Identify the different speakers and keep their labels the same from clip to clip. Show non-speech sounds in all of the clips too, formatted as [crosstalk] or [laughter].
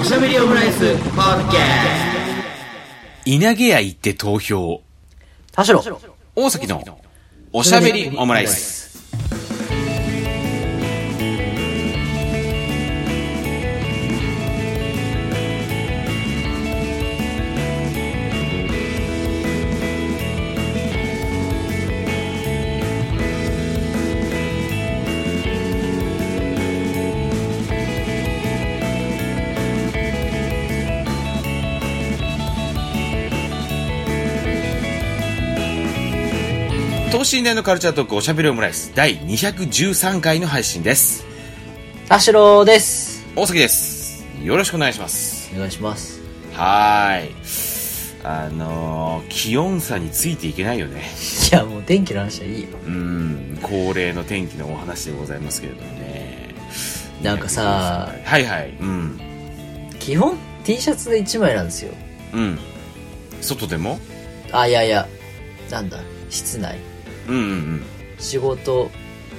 Speaker 1: おしゃべりオムライスポッケ
Speaker 2: 稲毛屋行って投票。
Speaker 3: 田代
Speaker 2: 大崎のおしゃべりオムライス。等身大のカルチャートークおしゃべりオムライス第213回の配信です。
Speaker 3: 田代です
Speaker 2: 大崎です。よろしくお願いします。
Speaker 3: お願いします
Speaker 2: はーい。あのー、気温差についていけないよね。
Speaker 3: いやもう天気の話はいいよ
Speaker 2: うん、恒例の天気のお話でございますけれどもね。
Speaker 3: なんかさ
Speaker 2: はいはい。うん。
Speaker 3: 基本 T シャツで1枚なんですよ
Speaker 2: うん。外でも
Speaker 3: あいやいやなんだ室内
Speaker 2: うんうんうん。
Speaker 3: 仕事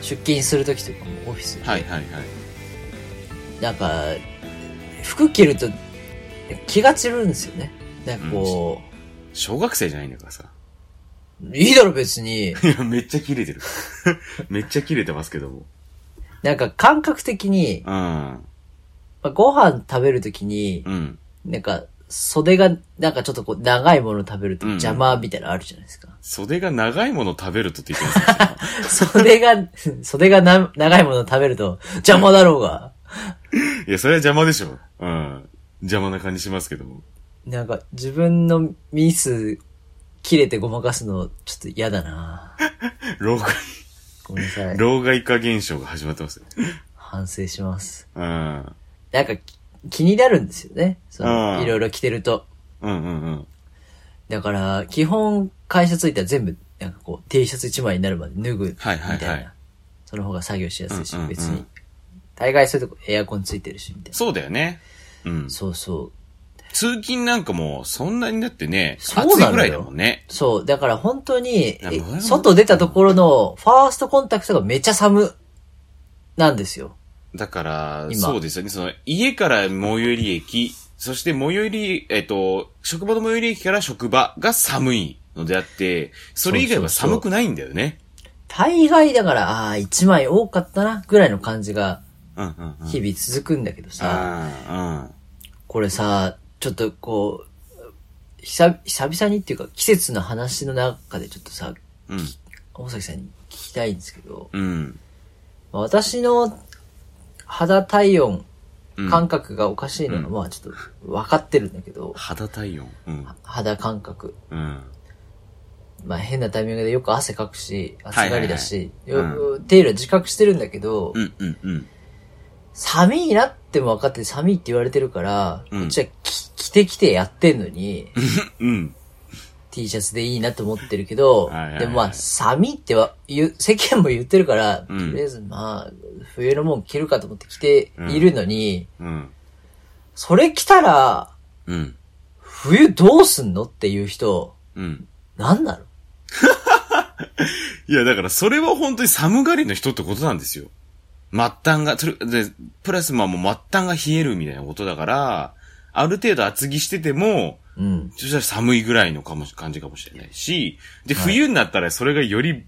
Speaker 3: 出勤する時とかもオフィス
Speaker 2: はいはいはい。
Speaker 3: なんか服着ると気が散るんですよねなんかこ
Speaker 2: 小学生じゃないんだからさ。
Speaker 3: う、いいだろ別に
Speaker 2: いや、めっちゃ切 [laughs] れてる。めっちゃ切れてますけども。
Speaker 3: なんか感覚的に、
Speaker 2: うん。
Speaker 3: まあご飯食べる時に
Speaker 2: うん。
Speaker 3: なんか袖がなんかちょっとこう長いもの食べると
Speaker 2: うん
Speaker 3: 邪魔みたいなのあるじゃないですか、
Speaker 2: 袖が長いもの食べるとって言ってますよ
Speaker 3: 袖が、 [laughs] 袖がな長いものを食べると邪魔だろうが。
Speaker 2: [laughs] いや、それは邪魔でしょ。うん。邪魔な感じしますけども。
Speaker 3: なんか自分のミス切れてごまかすのちょっと嫌だな
Speaker 2: 老害、
Speaker 3: ごめんな
Speaker 2: [laughs]
Speaker 3: さい。
Speaker 2: 老害化現象が始まってますよ。
Speaker 3: 反省します。
Speaker 2: うん。
Speaker 3: なんかき気になるんですよね。そ
Speaker 2: うん
Speaker 3: のいろいろ着てると。
Speaker 2: うんうんうん。
Speaker 3: だから基本会社着いたら全部なんかこう T シャツ1枚になるまで脱ぐみた
Speaker 2: はい
Speaker 3: いな。
Speaker 2: はいはい
Speaker 3: その方が作業しやすいし、
Speaker 2: うんうんうん
Speaker 3: 別に。大概そういうとこエアコンついてるしみたいな。
Speaker 2: そうだよね。うん。
Speaker 3: そうそう。
Speaker 2: 通勤なんかも、そんなにだってね、
Speaker 3: そうなの
Speaker 2: 暑
Speaker 3: よ
Speaker 2: いぐらいだもんね。
Speaker 3: そう、だから本当に、
Speaker 2: やもう
Speaker 3: え外出たところのファーストコンタクトがめちゃ寒なんですよ。
Speaker 2: だから、
Speaker 3: 今
Speaker 2: そうですよね。その、家から最寄り駅、そして最寄り、えっと、職場の最寄り駅から職場が寒いのであって、それ以外は
Speaker 3: そうそうそう
Speaker 2: 寒くないんだよね。
Speaker 3: 大概だから、ああー、一枚多かったな、ぐらいの感じが
Speaker 2: うんうんうん。
Speaker 3: 日々続くんだけどさ、
Speaker 2: あ
Speaker 3: これさ、ちょっとこう、久久々にっていうか季節の話の中でちょっとさ、
Speaker 2: ー、うん。
Speaker 3: 大崎さんに聞きたいんですけど、
Speaker 2: うん。
Speaker 3: まあ私の肌体温
Speaker 2: うん。
Speaker 3: 感覚がおかしいのが、
Speaker 2: うん
Speaker 3: まあちょっと分かってるんだけど、
Speaker 2: 肌体温。うん。
Speaker 3: 肌感覚。
Speaker 2: うん。
Speaker 3: まあ変なタイミングでよく汗かくし、暑がりだし、
Speaker 2: はいはいはい
Speaker 3: よっていうのは自覚してるんだけど、
Speaker 2: うんうんうん。
Speaker 3: 寒いなっても分かって寒いって言われてるから、
Speaker 2: うん
Speaker 3: こっちはき着てきてやってんのに、
Speaker 2: うん。
Speaker 3: T シャツでいいなと思ってるけど
Speaker 2: はいはいは、い
Speaker 3: でもまあ寒いっては言う、世間も言ってるから、
Speaker 2: うん
Speaker 3: とりあえずまあ、冬のもん着るかと思って着ているのに、
Speaker 2: うん。
Speaker 3: それ着たら、
Speaker 2: うん。
Speaker 3: 冬どうすんのっていう人、
Speaker 2: うん。
Speaker 3: なんなの
Speaker 2: いや、だからそれは本当に寒がりの人ってことなんですよ。末端が、それで、プラスまあもう末端が冷えるみたいなことだから、ある程度厚着してても、
Speaker 3: うん。
Speaker 2: そしたら寒いぐらいのかもし感じかもしれないし、で、冬になったらそれがより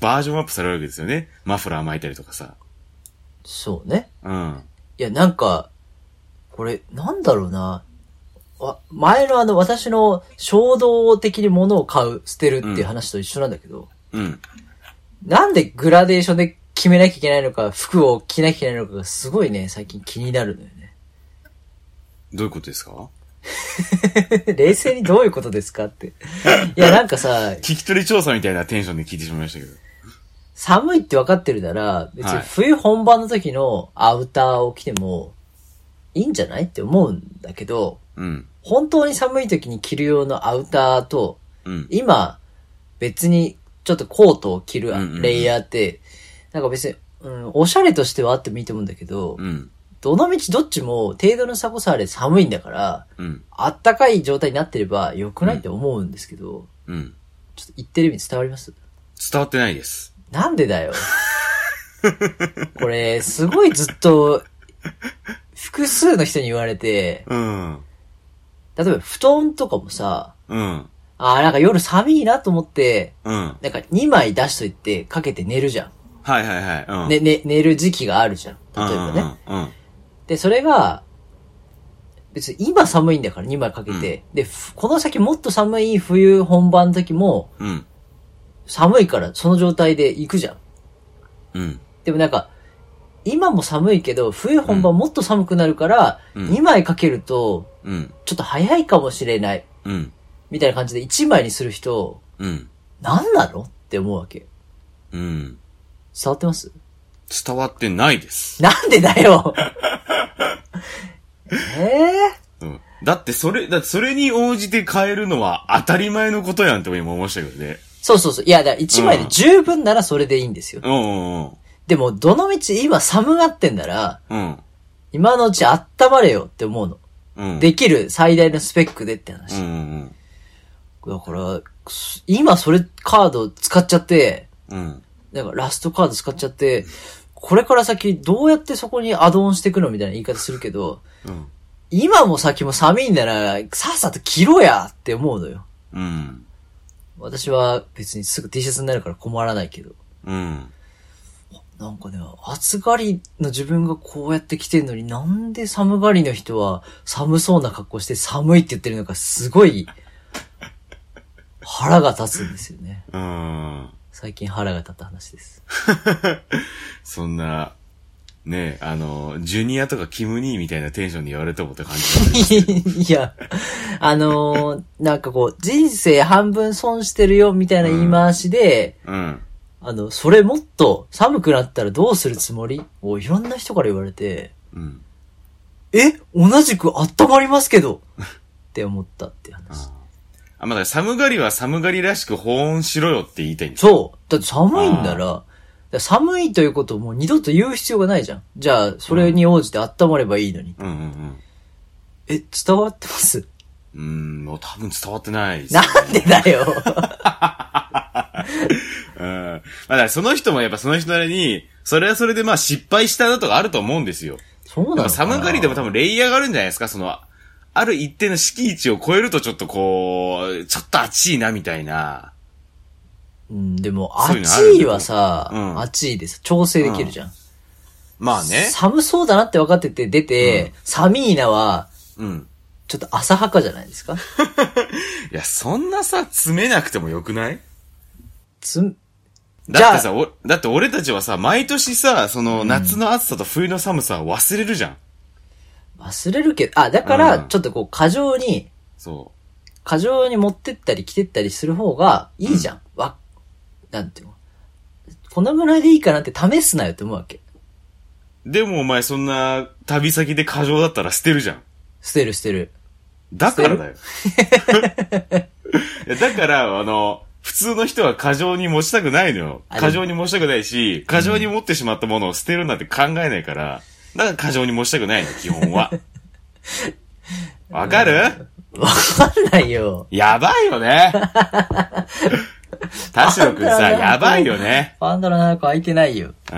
Speaker 2: バージョンアップされるわけですよね。マフラー巻いたりとかさ。
Speaker 3: そうね。
Speaker 2: うん。
Speaker 3: いや、なんか、これ、なんだろうな。わ前のあの、私の衝動的に物を買う、捨てるっていう話と一緒なんだけど、
Speaker 2: うん。
Speaker 3: なんでグラデーションで決めなきゃいけないのか、服を着なきゃいけないのかがすごいね、最近気になるのよね。 [laughs]
Speaker 2: どういうことですか
Speaker 3: 冷静にどういうことですかって。いや、なんかさ、
Speaker 2: 聞き取り調査みたいなテンションで聞いてしまいましたけど。
Speaker 3: 寒いって分かってるなら、別
Speaker 2: は
Speaker 3: に
Speaker 2: い
Speaker 3: 冬本番の時のアウターを着ても、いいんじゃないって思うんだけど、
Speaker 2: うん。
Speaker 3: 本当に寒い時に着る用のアウターと、
Speaker 2: うん。
Speaker 3: 今、別にちょっとコートを着る
Speaker 2: うんうんうん
Speaker 3: レイヤーって、なんか別に、うん、おしゃれとしてはあってもいいと思うんだけど、
Speaker 2: うん。
Speaker 3: どのみちどっちも程度の差こそあれ寒いんだから、
Speaker 2: うん。
Speaker 3: あったかい状態になってれば良くないって思うんですけど、
Speaker 2: うん。
Speaker 3: ちょっと言ってる意味伝わります
Speaker 2: 伝わってないです。
Speaker 3: [laughs] なんでだよ。これ、すごいずっと、複数の人に言われて、
Speaker 2: うん。
Speaker 3: 例えば布団とかもさ、
Speaker 2: うん。
Speaker 3: あーなんか夜寒いなと思って、
Speaker 2: うん。
Speaker 3: なんか2枚出しといてかけて寝るじゃ。
Speaker 2: はいはいはい。うんん。
Speaker 3: ね、ね、寝る時期があるじゃん。
Speaker 2: うん、
Speaker 3: 例えばね。
Speaker 2: うん。うん。
Speaker 3: で、それが、別に今寒いんだから2枚かけて、で、ふこの先もっと寒い冬本番の時も、
Speaker 2: うん。
Speaker 3: 寒いからその状態で行くじゃん。
Speaker 2: うん。
Speaker 3: でもなんか、今も寒いけど、冬本番もっと寒くなるから、
Speaker 2: うん
Speaker 3: 2枚かけると、
Speaker 2: うん。
Speaker 3: ちょっと早いかもしれない。
Speaker 2: うん。
Speaker 3: みたいな感じで1枚にする人、
Speaker 2: うん。
Speaker 3: 何なのって思うわけ。
Speaker 2: うん。
Speaker 3: 伝わってます
Speaker 2: 伝わってないです。
Speaker 3: なんでだ
Speaker 2: [laughs]
Speaker 3: よええ
Speaker 2: うん。だってそれ、だってそれに応じて変えるのは当たり前のことやんって今思いましたけどね。
Speaker 3: そうそうそう。いや、だから1枚で十分ならそれでいいんですよ。
Speaker 2: うんうんうん。
Speaker 3: でも、どのみち今寒がってんなら、
Speaker 2: うん。
Speaker 3: 今のうち温まれよって思うの。
Speaker 2: うん。
Speaker 3: できる最大のスペックでって
Speaker 2: う
Speaker 3: 話。
Speaker 2: んうん
Speaker 3: だから、す今それカード使っちゃって、
Speaker 2: うん。うん。
Speaker 3: なんかラストカード使っちゃって、これから先どうやってそこにアドオンしていくのみたいな言い方するけど、
Speaker 2: うん。
Speaker 3: 今も先も寒いんだなら、さっさと着ろやって思うのよ。
Speaker 2: うん。
Speaker 3: 私は別にすぐ T シャツになるから困らないけど。
Speaker 2: うん。
Speaker 3: なんかね、暑がりの自分がこうやって着てるのになんで寒がりの人は寒そうな格好して寒いって言ってるのかすごい腹が立つんですよね。
Speaker 2: うん。
Speaker 3: 最近腹が立った話です。 [laughs]
Speaker 2: そんな、ねあの、ジュニアとかキムニーみたいなテンションで言われたこと感じる。
Speaker 3: いや、あのーなんかこう人生半分損してるよみたいな言い回しで、
Speaker 2: うん。
Speaker 3: あの、それもっと寒くなったらどうするつもりをいろんな人から言われて、
Speaker 2: うん。
Speaker 3: え同じく温まりますけどって思ったっていう話。
Speaker 2: あ、まあだから寒がりは寒がりらしく保温しろよって言いたいんです。
Speaker 3: そう。だって寒いんなら、だから寒いということをもう二度と言う必要がないじゃん。じゃあ、それに応じて温まればいいのに。
Speaker 2: うんうん
Speaker 3: え、伝わってます [laughs]
Speaker 2: うん。うん、もう多分伝わってないです。
Speaker 3: なんでだよ
Speaker 2: うん。まあだからその人もやっぱその人なりに、それはそれでまあ失敗したなとかあると思うんですよ。
Speaker 3: [laughs] そうなの
Speaker 2: やっ
Speaker 3: かな
Speaker 2: ぱ寒がりでも多分レイヤーがあるんじゃないですかその、ある一定の敷地を超えるとちょっとこう、ちょっと暑いなみたいな。
Speaker 3: うん、でも、
Speaker 2: そういう
Speaker 3: 暑
Speaker 2: のあるんだよ
Speaker 3: いはさ、
Speaker 2: うん
Speaker 3: 暑いでさ、調整できるじゃん。
Speaker 2: まあね。
Speaker 3: 寒そうだなって分かってて出て、寒いなは、
Speaker 2: うん。
Speaker 3: ちょっと浅はかじゃないですか
Speaker 2: いや、そんなさ、詰めなくてもよくない
Speaker 3: つん、
Speaker 2: だってさ、お、だって俺たちはさ、毎年さ、その、夏の暑さと冬の寒さを忘れるじゃん。
Speaker 3: 忘れるけど、あ、だから、
Speaker 2: うん
Speaker 3: ちょっとこう、過剰に、
Speaker 2: そ
Speaker 3: 過剰に持ってったり着てったりする方がいいじゃん。わ、なんていうのこのぐらいでいいかなって試すなよって思うわけ。
Speaker 2: う。でもお前そんな、旅先で過剰だったら捨てるじゃん。
Speaker 3: 捨てる捨てる。
Speaker 2: だから [laughs] だよ。いやだから、あの、普通の人は過剰に持ちたくないのよ。
Speaker 3: あれ
Speaker 2: 過剰に持ちたくないし、過剰に持ってしまったものを捨てるなんて考えないから、だから過剰に持ちたくないの、基本は。わかる
Speaker 3: わかんないよ。
Speaker 2: やばいよね。田代くんさ、やばいよね。
Speaker 3: パンドラの箱開いてないよ。
Speaker 2: うん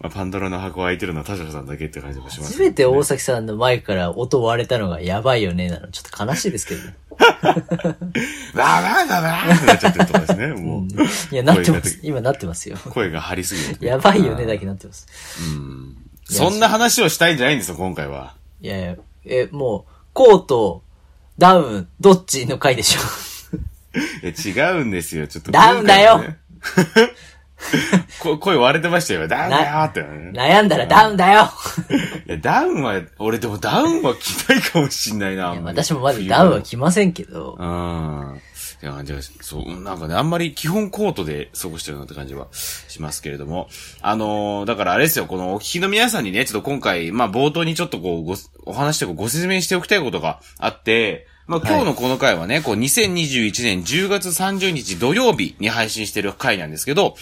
Speaker 2: まあ、パンドラの箱開いてるのは田代さんだけって感じもします
Speaker 3: す
Speaker 2: けどね、
Speaker 3: べて大崎さんの前から音割れたのがやばいよねなの。ちょっと悲しいですけど
Speaker 2: [laughs]
Speaker 3: ね。
Speaker 2: わーわーわーわーってなっちゃってるとこですね、もう。
Speaker 3: いや、なってま
Speaker 2: 声
Speaker 3: す
Speaker 2: が。
Speaker 3: 今なってますよ。
Speaker 2: 声が張りすぎて。
Speaker 3: やばいよねだけなってます。
Speaker 2: うん。そんな話をしたいんじゃないんですよ、今
Speaker 3: [laughs]
Speaker 2: 回は。
Speaker 3: いやいや、え、もう、コート、ダウン、どっちの回でしょ
Speaker 2: いや、違うんですよ、ちょっと、
Speaker 3: ダウンだよ
Speaker 2: 今回はね [laughs] こ声割れてましたよ、ダウンだよって、
Speaker 3: う。
Speaker 2: ね。
Speaker 3: 悩んだらダウンだよ
Speaker 2: いや、ダウンは、俺でもダウンは着ないかもしんないな、あ
Speaker 3: い
Speaker 2: ん
Speaker 3: や
Speaker 2: まり
Speaker 3: 私もまだダウンは来ませんけど、
Speaker 2: うん。いや、じゃあ、そう、なんかね、あんまり基本コートで過ごしてるなって感じはしますけれども。あのーだからあれですよ、このお聞きの皆さんにね、ちょっと今回、まあ冒頭にちょっとこう、ご、お話というかご説明しておきたいことがあって、まあ今日のこの回はね、こう2021年10月30日土曜日に配信してる回なんですけど、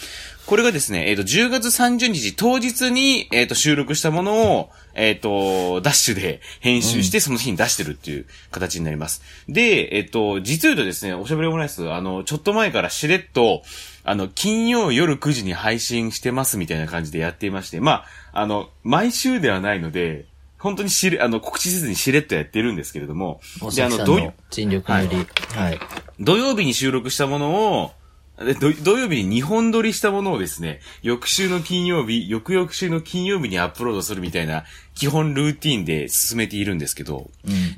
Speaker 2: これがですね、えっ、と、10月30日当日に、えっ、と、収録したものを、えっ、と、ダッシュで編集して、その日に出してるっていう形になります。で、えっ、と、実を言うとですね、おしゃべりオムライス、あの、ちょっと前からしれっと、あの、金曜夜9時に配信してますみたいな感じでやっていまして、まあ、あの、毎週ではないので、本当にしれ、あの、告知せずにしれっとやってるんですけれども、
Speaker 3: 大
Speaker 2: で、あ
Speaker 3: 崎
Speaker 2: の、
Speaker 3: さん
Speaker 2: どういう
Speaker 3: の、尽力により、はい。
Speaker 2: 土曜日に収録したものを、で土土曜日に2本撮りしたものをですね、翌週の金曜日、翌々週の金曜日にアップロードするみたいな基本ルーティンで進めているんですけど、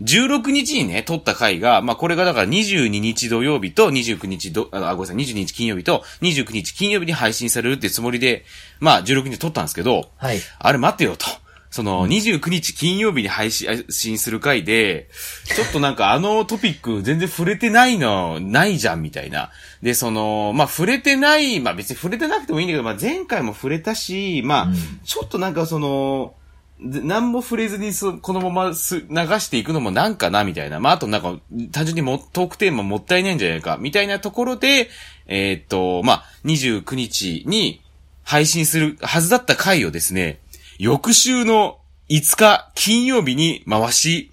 Speaker 2: 16日にね、撮った回が、まあこれがだから22日土曜日と29日ど、あ、ごめんなさい、22日金曜日と29日金曜日に配信されるってつもりで、まあ16日に撮ったんですけど、
Speaker 3: はい。
Speaker 2: あれ待てよと。その、29日金曜日に配信配信する回で、ちょっとなんかあのトピック全然触れてないの、ないじゃん、みたいな。で、その、まあ、触れてない、まあ、別に触れてなくてもいいんだけど、まあ、前回も触れたし、まあ、ちょっとなんかその、で何も触れずにそ、このまます、流していくのもなんかな、みたいな。まあ、あとなんか、単純にも、トークテーマもったいないんじゃないか、みたいなところで、えーっと、まあ、29日に配信するはずだった回をですね、翌週の5日金曜日に回し、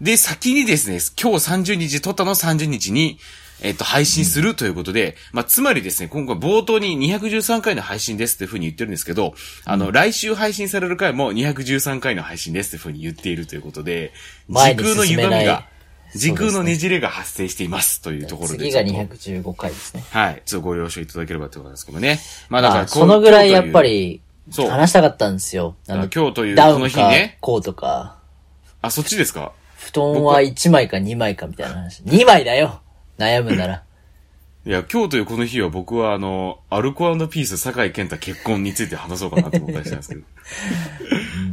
Speaker 2: で、先にですね、今日30日、撮ったの30日に、えっと、配信するということで、まあ、つまりですね、今回冒頭に213回の配信ですっていうふうに言ってるんですけど、あの、来週配信される回も213回の配信ですっていうふうに言っているということで、
Speaker 3: 前
Speaker 2: 時
Speaker 3: に
Speaker 2: 空の
Speaker 3: 進め
Speaker 2: 歪
Speaker 3: ない
Speaker 2: みが、時
Speaker 3: そうで
Speaker 2: 空
Speaker 3: す
Speaker 2: の
Speaker 3: ね
Speaker 2: ねじれが発生していますというところで。
Speaker 3: 次が
Speaker 2: ちょっと
Speaker 3: 215回ですね。
Speaker 2: はい。ちょっとご了承いただければということですけどね。まあだか
Speaker 3: ま
Speaker 2: ら
Speaker 3: あ、
Speaker 2: こう、
Speaker 3: そのぐらい
Speaker 2: 今
Speaker 3: や
Speaker 2: 日
Speaker 3: っ
Speaker 2: とう
Speaker 3: ぱ、り、
Speaker 2: そう
Speaker 3: 話したかったんですよ。あの、
Speaker 2: 今日という
Speaker 3: ダ
Speaker 2: こ
Speaker 3: ウ
Speaker 2: の
Speaker 3: ン
Speaker 2: 日
Speaker 3: か
Speaker 2: ね、。
Speaker 3: こうとか、
Speaker 2: あ、そっちですか
Speaker 3: 布団は1枚か2枚かみたいな話。2枚だよ悩むなら。
Speaker 2: いや、今日というこの日は僕はあの、アルコピース酒井健太結婚について話そうかなと思ったりしたんですけど。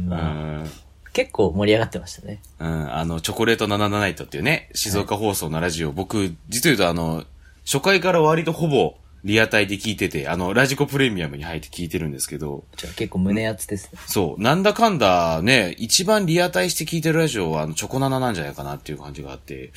Speaker 2: うん
Speaker 3: 結構盛り上がってましたね。
Speaker 2: うん、あの、チョコレート7ナナイトっていうね、静岡放送のラジオ、僕、実を言うとあの、初回から割とほぼリアタイで聞いてて、あの、ラジコプレミアムに入って聞いてるんですけど、
Speaker 3: じゃあ結構胸熱ですね。
Speaker 2: そう、なんだかんだね、一番リアタイして聞いてるラジオは、あの、チョコナナなんじゃないかなっていう感じがあって、だ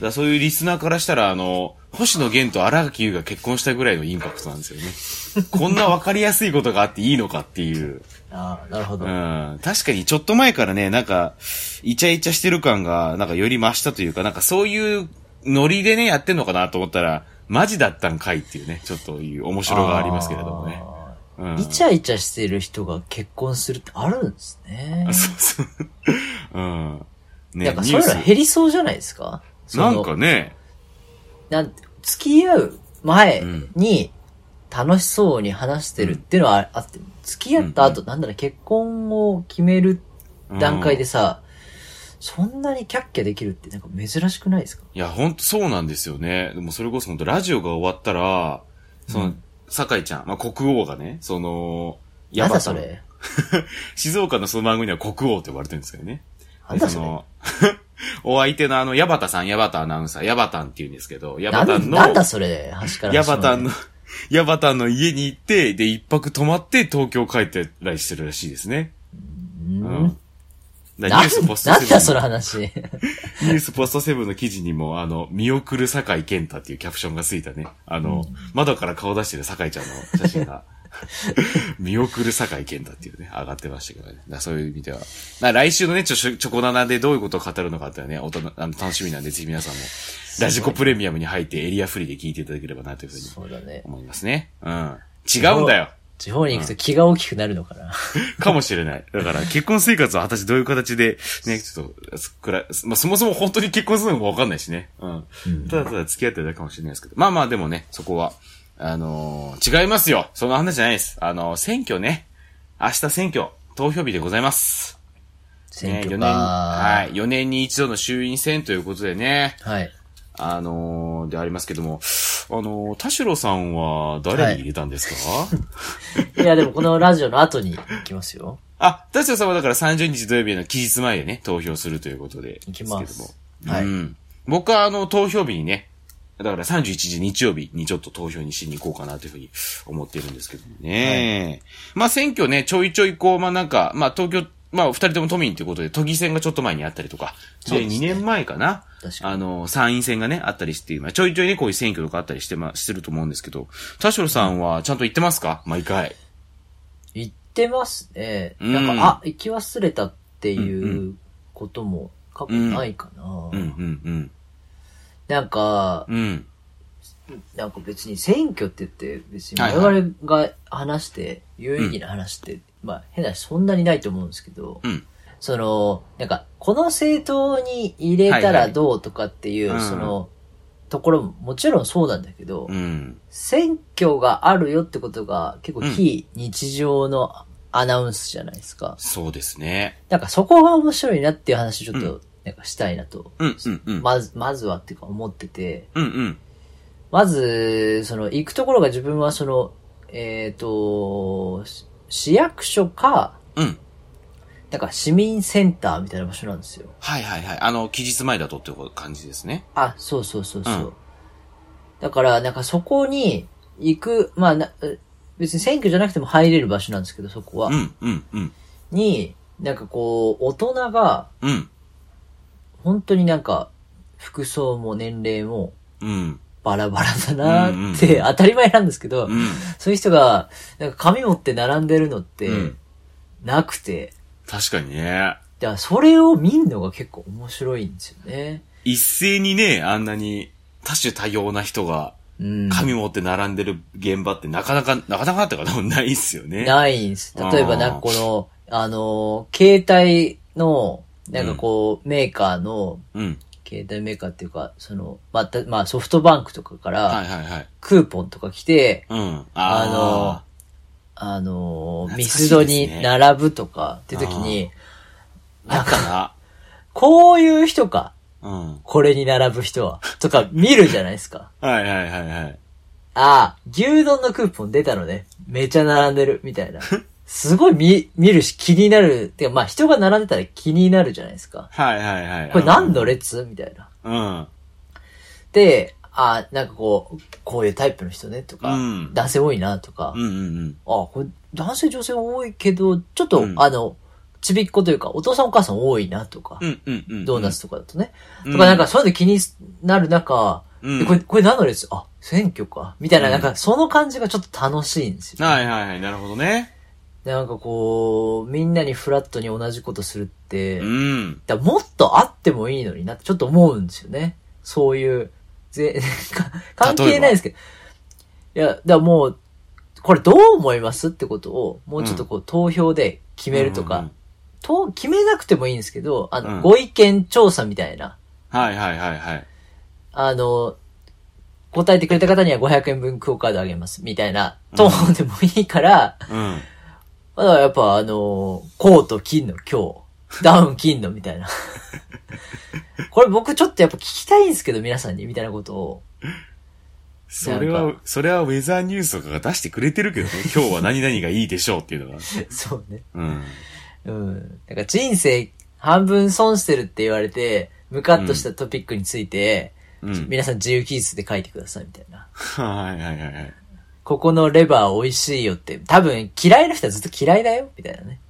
Speaker 2: からそういうリスナーからしたら、あの、星野源と荒垣優が結婚したぐらいのインパクトなんです
Speaker 3: [laughs]
Speaker 2: よね。こんなわかりやすいことがあっていいのかっていう。
Speaker 3: ああ、なるほど。
Speaker 2: うん。確かにちょっと前からね、なんか、イチャイチャしてる感が、なんかより増したというか、なんかそういうノリでね、やってんのかなと思ったら、マジだったんかいっていうね、ちょっという面白がありますけれどもね。
Speaker 3: あ
Speaker 2: うん
Speaker 3: ー。イチャイチャしてる人が結婚するってあるんですね。
Speaker 2: そうそう。うん。ね
Speaker 3: なんかそういうの
Speaker 2: ニュース
Speaker 3: 減りそうじゃないですかその
Speaker 2: なんかね、
Speaker 3: なんて付き合う前に楽しそうに話してるっていうのはああって、付き合った後、なんだろう、結婚を決める段階でさ、そんなにキャッキャできるってなんか珍しくないですか
Speaker 2: いや、ほんとそうなんですよね。でもそれこそ本当ラジオが終わったら、その、酒井ちゃん、まあ、国王がね、その、
Speaker 3: なんだそ
Speaker 2: さん
Speaker 3: れ
Speaker 2: 静岡のその番組では国王って呼ばれてるんですけどね。
Speaker 3: なんだ
Speaker 2: で
Speaker 3: それ
Speaker 2: の、 [laughs] お相手のあの、矢端さん、矢端アナウンサー、矢端って言うんですけど、矢
Speaker 3: な
Speaker 2: 端
Speaker 3: ん
Speaker 2: の、
Speaker 3: なんだそれ端から
Speaker 2: ヤ
Speaker 3: 端ま
Speaker 2: バ
Speaker 3: で
Speaker 2: タンの、 [laughs] ヤバタンの家に行って、で、一泊泊まって東京帰って来してるらしいですね。うん。だから
Speaker 3: な
Speaker 2: ニュースポスト
Speaker 3: んなんだそ
Speaker 2: セ
Speaker 3: の
Speaker 2: ブ
Speaker 3: 話。 [laughs]
Speaker 2: ン、ニュースポストセブンの記事にも、あの、見送る酒井健太っていうキャプションがついたね。あの、窓から顔出してる酒井ちゃんの写真が。 [laughs] 見送る酒井健太っていうね、上がってましたけどね。だからそういう意味では。だから来週のね、ちょ、ちょチョコナナでどういうことを語るのかっていうのはね、おとなあの楽しみなんで、ぜひ皆さんも、ラジコプレミアムに入ってエリアフリーで聞いていただければなというふうに
Speaker 3: そうだね。
Speaker 2: 思いますね。うん。違うんだよ。
Speaker 3: 地方に行くと気が大きくなるのかな。
Speaker 2: かもしれない。だから、結婚生活は果たしてどういう形で、ね、
Speaker 3: [laughs]
Speaker 2: ちょっと、すくら、まあ、そもそも本当に結婚するのかわかんないしね。うん。ただただ付き合ってるだけかもしれないですけど。まあまあ、でもね、そこは、あのー違いますよ。その話じゃないです。あのー選挙ね。明日選挙、投票日でございます。
Speaker 3: 選
Speaker 2: ね、4
Speaker 3: 挙
Speaker 2: 年、
Speaker 3: か。
Speaker 2: はい。4年に一度の衆院選ということでね。
Speaker 3: はい。
Speaker 2: あのーでありますけども、あのー田代さんは誰に入れたんですか、
Speaker 3: いや、でもこのラジオの後に行きますよ。
Speaker 2: あ、田代さんはだから30日土曜日の期日前でね、投票するということで。
Speaker 3: 行きます
Speaker 2: ですけども。
Speaker 3: はい
Speaker 2: うん。僕はあの、投票日にね、だから31時日曜日にちょっと投票にしに行こうかなというふうに思っているんですけどもね。まあ選挙ね、ちょいちょいこう、まあなんか、まあ東京、まあ二人とも都民ということで、都議選がちょっと前にあったりとか、
Speaker 3: そう
Speaker 2: で、
Speaker 3: ですね
Speaker 2: 2年前かな。
Speaker 3: 確かに
Speaker 2: あの、参院選がね、あったりして、まあちょいちょいね、こういう選挙とかあったりして、まあしてると思うんですけど、田代さんはちゃんと行ってますか毎回。
Speaker 3: 行ってますね。
Speaker 2: うん
Speaker 3: なんか、あ、行き忘れたって
Speaker 2: うんう
Speaker 3: いうことも過去ないかな。
Speaker 2: うん、うん、
Speaker 3: なんか、
Speaker 2: うん。うん。
Speaker 3: なんか別に選挙って言って、別に
Speaker 2: は
Speaker 3: 我
Speaker 2: いはい
Speaker 3: 々が話して、有意義な話って、まあ変な話そんなにないと思うんですけど、
Speaker 2: うん
Speaker 3: その、なんか、この政党に入れた
Speaker 2: はいは
Speaker 3: ら
Speaker 2: い
Speaker 3: どうとかっていう、
Speaker 2: うん
Speaker 3: その、ところももちろんそうなんだけど、
Speaker 2: うん。
Speaker 3: 選挙があるよってことが結構非日常のアナウンスじゃないですか。
Speaker 2: そうですね。
Speaker 3: なんかそこが面白いなっていう話ちょっ
Speaker 2: う
Speaker 3: となんかしたいなと。
Speaker 2: うん、うん、うん。
Speaker 3: まず、まずはっていうか思ってて、
Speaker 2: うん、うん。
Speaker 3: まず、その行くところが自分はその、えっ、と、し市役所か、
Speaker 2: うん。
Speaker 3: なんか市民センターみたいな場所なんですよ。
Speaker 2: はいはいはい。あの、期日前だとっていう感じですね。
Speaker 3: あ、そうそうそうそう。
Speaker 2: うん
Speaker 3: だから、なんかそこに行く、まあな、え別に選挙じゃなくても入れる場所なんですけど、そこは。
Speaker 2: うん、うん、うん。
Speaker 3: に、なんかこう、大人が、
Speaker 2: うん、
Speaker 3: 本当になんか、服装も年齢も
Speaker 2: うん、
Speaker 3: バラバラだなーっ
Speaker 2: うんうん
Speaker 3: て、当たり前なんですけど、
Speaker 2: うん。
Speaker 3: そういう人が、なんか紙持って並んでるのって
Speaker 2: うん、
Speaker 3: なくて、
Speaker 2: 確かにね。
Speaker 3: だからそれを見んのが結構面白いんですよね。
Speaker 2: 一斉にね、あんなに多種多様な人が
Speaker 3: うん。
Speaker 2: 紙持って並んでる現場ってなかなか、なかなかってこともないっすよね。
Speaker 3: ないんです。例えばなん
Speaker 2: あ
Speaker 3: か
Speaker 2: ー
Speaker 3: この、あのー、携帯の、なんかこう、メーカーの、
Speaker 2: うん。
Speaker 3: 携帯メーカーっていうか、その、まあ、たまあ、ソフトバンクとかか
Speaker 2: は
Speaker 3: ら、
Speaker 2: いはいはい。
Speaker 3: クーポンとか来て、
Speaker 2: うん。
Speaker 3: あ
Speaker 2: あ
Speaker 3: あのー、
Speaker 2: 懐
Speaker 3: ミ
Speaker 2: かし
Speaker 3: ス
Speaker 2: いですね
Speaker 3: ドに並ぶとかって時に、
Speaker 2: のー、あったな。
Speaker 3: こういう人か、
Speaker 2: うん。
Speaker 3: これに並ぶ人は、とか見るじゃないです
Speaker 2: [laughs]
Speaker 3: か。
Speaker 2: はいはいはいはい。
Speaker 3: ああ、牛丼のクーポン出たのね。めちゃ並んでる、みたいな。すごい見、見るし気になる。てか、まあ人が並んでたら気になるじゃないですか。
Speaker 2: はいはいはい。
Speaker 3: これ何の列みたいな。
Speaker 2: うん。
Speaker 3: で、ああ、なんかこう、こういうタイプの人ね、とか、
Speaker 2: うん
Speaker 3: 男性多いな、とか、
Speaker 2: うんうんうん。
Speaker 3: ああ、これ男性女性多いけど、ちょっと、
Speaker 2: うん
Speaker 3: あの、ちびっこというか、お父さんお母さん多いな、とか、
Speaker 2: うんうんうん。
Speaker 3: ドーナツとかだとね。
Speaker 2: うん
Speaker 3: とか、なんか、そういうの気になる中、
Speaker 2: うん
Speaker 3: でこれ、これ何の列あ、選挙か。みたいな、
Speaker 2: うん
Speaker 3: なんか、その感じがちょっと楽しいんですよ。
Speaker 2: はいはいはい。なるほどね。
Speaker 3: なんかこう、みんなにフラットに同じことするって、
Speaker 2: うん。
Speaker 3: だからもっとあってもいいのになってちょっと思うんですよね。そういう、 [laughs] ぜ、か関係ないですけど。いや、だからもう、これどう思いますってことを、もうちょっとこう、投票で決めるとか、
Speaker 2: うんうん
Speaker 3: と決めなくてもいいんですけど、あの、
Speaker 2: うん
Speaker 3: ご意見調査みたいな、
Speaker 2: はいはいはいはい。
Speaker 3: あの、答えてくれた方には500円分クオカードあげます、みたいな、トーンでもいいから、
Speaker 2: うん。
Speaker 3: [laughs] まだやっぱあのーコート金の今日、ダウン金のみ
Speaker 2: [laughs]
Speaker 3: たいな。これ僕ちょっとやっぱ聞きたいんですけど、皆さんに、みたいなことを。
Speaker 2: それは、それはウェザーニュースとかが出してくれてるけど
Speaker 3: [laughs]
Speaker 2: ね。今日は何々がいいでしょうっていうのが。
Speaker 3: そうね。
Speaker 2: うん。
Speaker 3: うん。だから人生半分損してるって言われて、ムカッとしたトピックについて、
Speaker 2: うん。
Speaker 3: 皆さん自由記述で書いてください、みたいな。
Speaker 2: はいはいはいはい。
Speaker 3: ここのレバー美味しいよって、多分嫌いな人はずっと嫌いだよ、みたいなね。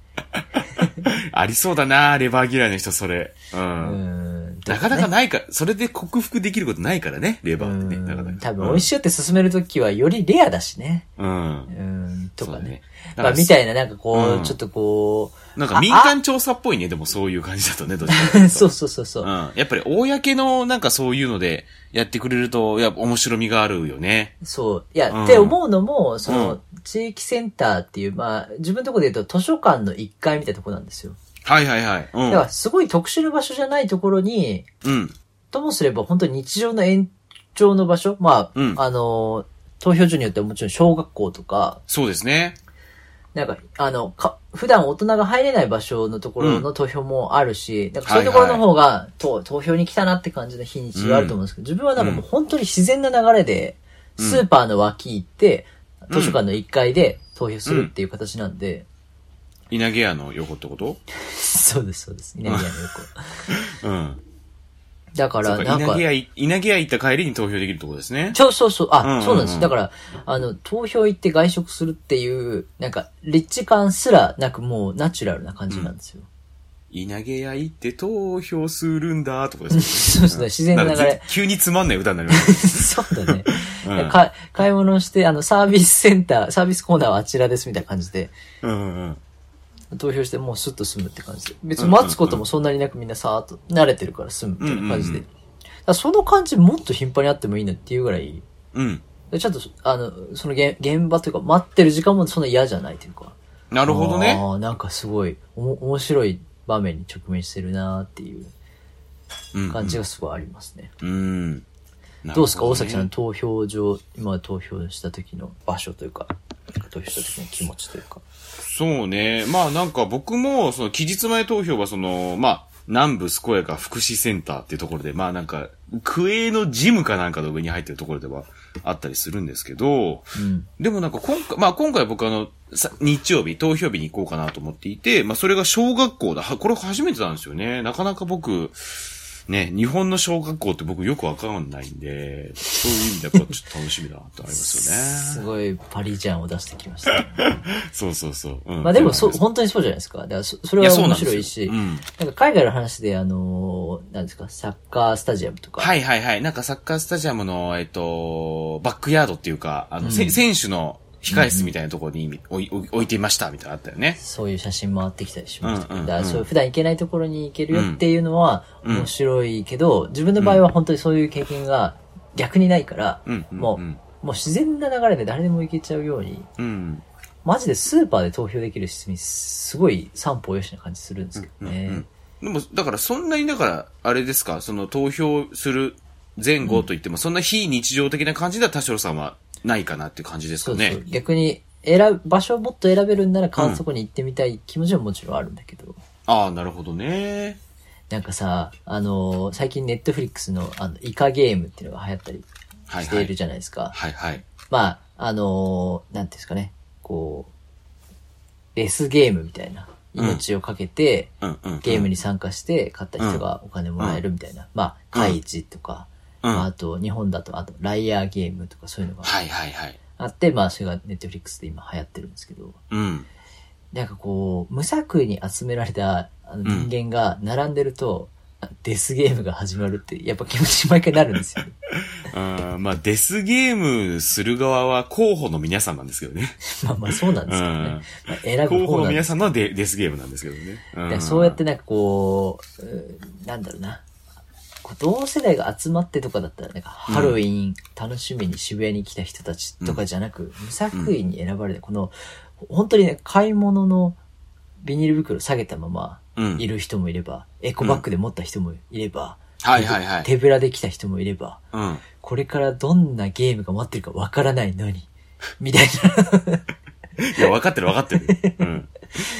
Speaker 2: ありそうだなレバー嫌いの人、それ。う。
Speaker 3: うんん。
Speaker 2: なかなか
Speaker 3: ね
Speaker 2: ないか、それで克服できることないからね、レバーってね。なか
Speaker 3: う
Speaker 2: なんか。
Speaker 3: 多分美味しいよって勧めるときはよりレアだしね。
Speaker 2: うん。うん。
Speaker 3: うん。とか
Speaker 2: そうだ
Speaker 3: ね。。
Speaker 2: だ
Speaker 3: まあ、
Speaker 2: から
Speaker 3: みたいな、なんかこう、
Speaker 2: うん
Speaker 3: ちょっとこ
Speaker 2: なんか民
Speaker 3: [laughs]
Speaker 2: 間調査っぽいね、でもそういう感じだとね、どっちかという
Speaker 3: う、
Speaker 2: と。
Speaker 3: そうそうそうそうう、
Speaker 2: ん。やっぱり、公の、なんかそういうので、やってくれると、いや、面白みがあるよね。
Speaker 3: そう。いや、
Speaker 2: うん
Speaker 3: って思うのも、そうの
Speaker 2: ん、
Speaker 3: 地域センターっていう、まあ、自分のところで言うと図書館の1階みたいなところなんですよ。
Speaker 2: はいはいはい。う
Speaker 3: だ
Speaker 2: ん
Speaker 3: から、すごい特殊な場所じゃないところに、。
Speaker 2: うん。
Speaker 3: ともすれば本当に日常の延長の場所、まあ、
Speaker 2: うん
Speaker 3: あの、投票所によってはもちろん小学校とか、
Speaker 2: そうですね。
Speaker 3: なんか、あの、か普段大人が入れない場所のところの投票もあるし、なんかそういうところの方が、と投票に来たなって感じの日にちがあると思うんですけど、自分はなんかもう本当に自然な流れで、
Speaker 2: うん
Speaker 3: スーパーの脇行って、
Speaker 2: うん
Speaker 3: 図書館の1階で投票するっていう形なんで、 [laughs]
Speaker 2: 稲毛屋の横ってこと
Speaker 3: そうです、そうです。稲毛屋の横。
Speaker 2: うん。
Speaker 3: だか
Speaker 2: そ
Speaker 3: ら、
Speaker 2: う
Speaker 3: な
Speaker 2: か
Speaker 3: ん
Speaker 2: 稲
Speaker 3: か
Speaker 2: 毛、屋い、稲毛屋行った帰りに投票できるってことですね。
Speaker 3: そうそうそう、あ、
Speaker 2: うんうんうん
Speaker 3: そうなんです。だから、あの、投票行って外食するっていう、なんか、立地感すらなくもうナチュラルな感じなんですよ。
Speaker 2: 稲毛屋行って投票するんだ、ってことです
Speaker 3: そうですね、自然
Speaker 2: ね。
Speaker 3: な
Speaker 2: なん
Speaker 3: 流
Speaker 2: か
Speaker 3: れ
Speaker 2: ぜ。急につまんない歌になります。
Speaker 3: [laughs] そうだね。
Speaker 2: うん
Speaker 3: か [laughs] 買い物して、あの、サービスセンター、サービスコーナーはあちらですみたいな感じで、
Speaker 2: うんうんうん。
Speaker 3: 投票してもうスッと済むって感じで。別に待つこともそんなになくみんなさーっと慣れてるから済むみたいな感じで。
Speaker 2: うん
Speaker 3: だからその感じもっと頻繁にあってもいいなっていうぐらい、
Speaker 2: うん。
Speaker 3: でちゃんと、あの、その現現場というか待ってる時間もそんな嫌じゃないというか。
Speaker 2: な
Speaker 3: な
Speaker 2: るほどね。
Speaker 3: なんかすごい、おも面白い場面に直面してるなーっていう
Speaker 2: うん
Speaker 3: 感じがすごいありますね。
Speaker 2: うん。なるほね
Speaker 3: どうですか大崎さん投票上、今投票した時の場所というか、投票した時の気持ちというか。
Speaker 2: そうね。まあなんか僕も、その期日前投票はその、まあ、南部健やか福祉センターっていうところで、まあなんか、区営のジムかなんかの上に入ってるところではあったりするんですけど、
Speaker 3: うん。
Speaker 2: でもなんか今回、まあ今回僕あの、さ日曜日、投票日に行こうかなと思っていて、まあそれが小学校だ。はこれ初めてなんですよね。なかなか僕、ね、日本の小学校って僕よくわかんないんで、そういう意味でやっぱちょっと楽しみだなってありますよ
Speaker 3: す
Speaker 2: ね。
Speaker 3: ごいパリジャンを出してきま
Speaker 2: [laughs]
Speaker 3: したね、
Speaker 2: そうそうそう。うん
Speaker 3: まあでもそう、本当にそうじゃないですか。だからそそれは面白いし、
Speaker 2: やそうなんですよ
Speaker 3: なんか海外の話で、あのーなんですか、サッカースタジアムと
Speaker 2: うん
Speaker 3: か、
Speaker 2: はいはいはい。なんかサッカースタジアムの、えっと、バックヤードっていうか、あの、せ選手の控え室みたいなところに置い置い置いていました、みたいなのあったよね。
Speaker 3: そういう写真回ってきたりしましたけど、
Speaker 2: うんうんうん
Speaker 3: だからそういう普段行けないところに行けるよっていうのは
Speaker 2: うん
Speaker 3: 面白いけど、自分の場合は本当にそういう経験が逆にないから、
Speaker 2: うんうん
Speaker 3: もう、
Speaker 2: うん
Speaker 3: もう自然な流れで誰でも行けちゃうように、
Speaker 2: うん。
Speaker 3: マジでスーパーで投票できる仕組み、すごい三歩よしな感じするんですけどね。
Speaker 2: でも、だからそんなに、だから、あれですか、その投票する前後といっても、そんな非日常的な感じでは田代さんはないかなっていう感じです
Speaker 3: そ
Speaker 2: か
Speaker 3: う
Speaker 2: ね。
Speaker 3: そう。逆に、選ぶ、場所をもっと選べるんなら、川の底に行ってみたい気持ちはもちろんあるんだけど。
Speaker 2: ああ、なるほどね。
Speaker 3: なんかさ、あのー最近ネットフリックスの、あの、イカゲームっていうのが流行ったり
Speaker 2: はい
Speaker 3: して
Speaker 2: はい
Speaker 3: る
Speaker 2: い。
Speaker 3: じゃないですか。
Speaker 2: はいはい。
Speaker 3: まあ、あのーなんていうんですかね、こう、レスゲームみたいな。
Speaker 2: うん
Speaker 3: 命をかけて、
Speaker 2: うんうんうん。
Speaker 3: ゲームに参加して、勝った人がお金もらえるみたいな。まあ、怪一とか、
Speaker 2: うん。
Speaker 3: あ
Speaker 2: は
Speaker 3: と、日本だと、あと、ライアーゲームとかそういうのが
Speaker 2: いはいはい。
Speaker 3: あって、まあ、それがネットフリックスで今流行ってるんですけど、
Speaker 2: うん。
Speaker 3: なんかこう、無作為に集められたあの
Speaker 2: うん
Speaker 3: 人間が並んでると、あデスゲームが始まるって、やっぱ気持ち毎回なるんですよ、ね。 [laughs]
Speaker 2: あーまあ、デスゲームする側は候補の皆さんなんですけどね。
Speaker 3: まあまあ [laughs] そうなん
Speaker 2: うん
Speaker 3: ですけどね。まあ、選ぶ
Speaker 2: 候補
Speaker 3: 方
Speaker 2: の
Speaker 3: なんで
Speaker 2: 皆
Speaker 3: す
Speaker 2: さんのデデスゲームなんですけどね。
Speaker 3: だ
Speaker 2: う
Speaker 3: から
Speaker 2: ん、
Speaker 3: そうやってなんかこう、うーなんだろうな。こう同世代が集まってとかだったら、なんかハロウィン楽しみに渋谷に来た人たちとかじゃなく、無作為に選ばれた、この、本当にね、買い物のビニール袋下げたまま、
Speaker 2: うん、
Speaker 3: いる人もいれば、エコバッグで持った人もいれば、
Speaker 2: はいはいはい。
Speaker 3: 手ぶらで来た人もいれば、
Speaker 2: うん。
Speaker 3: これからどんなゲームが待ってるかわからないの
Speaker 2: [laughs]
Speaker 3: に、みたい
Speaker 2: いや、分かってる分かってる。うん。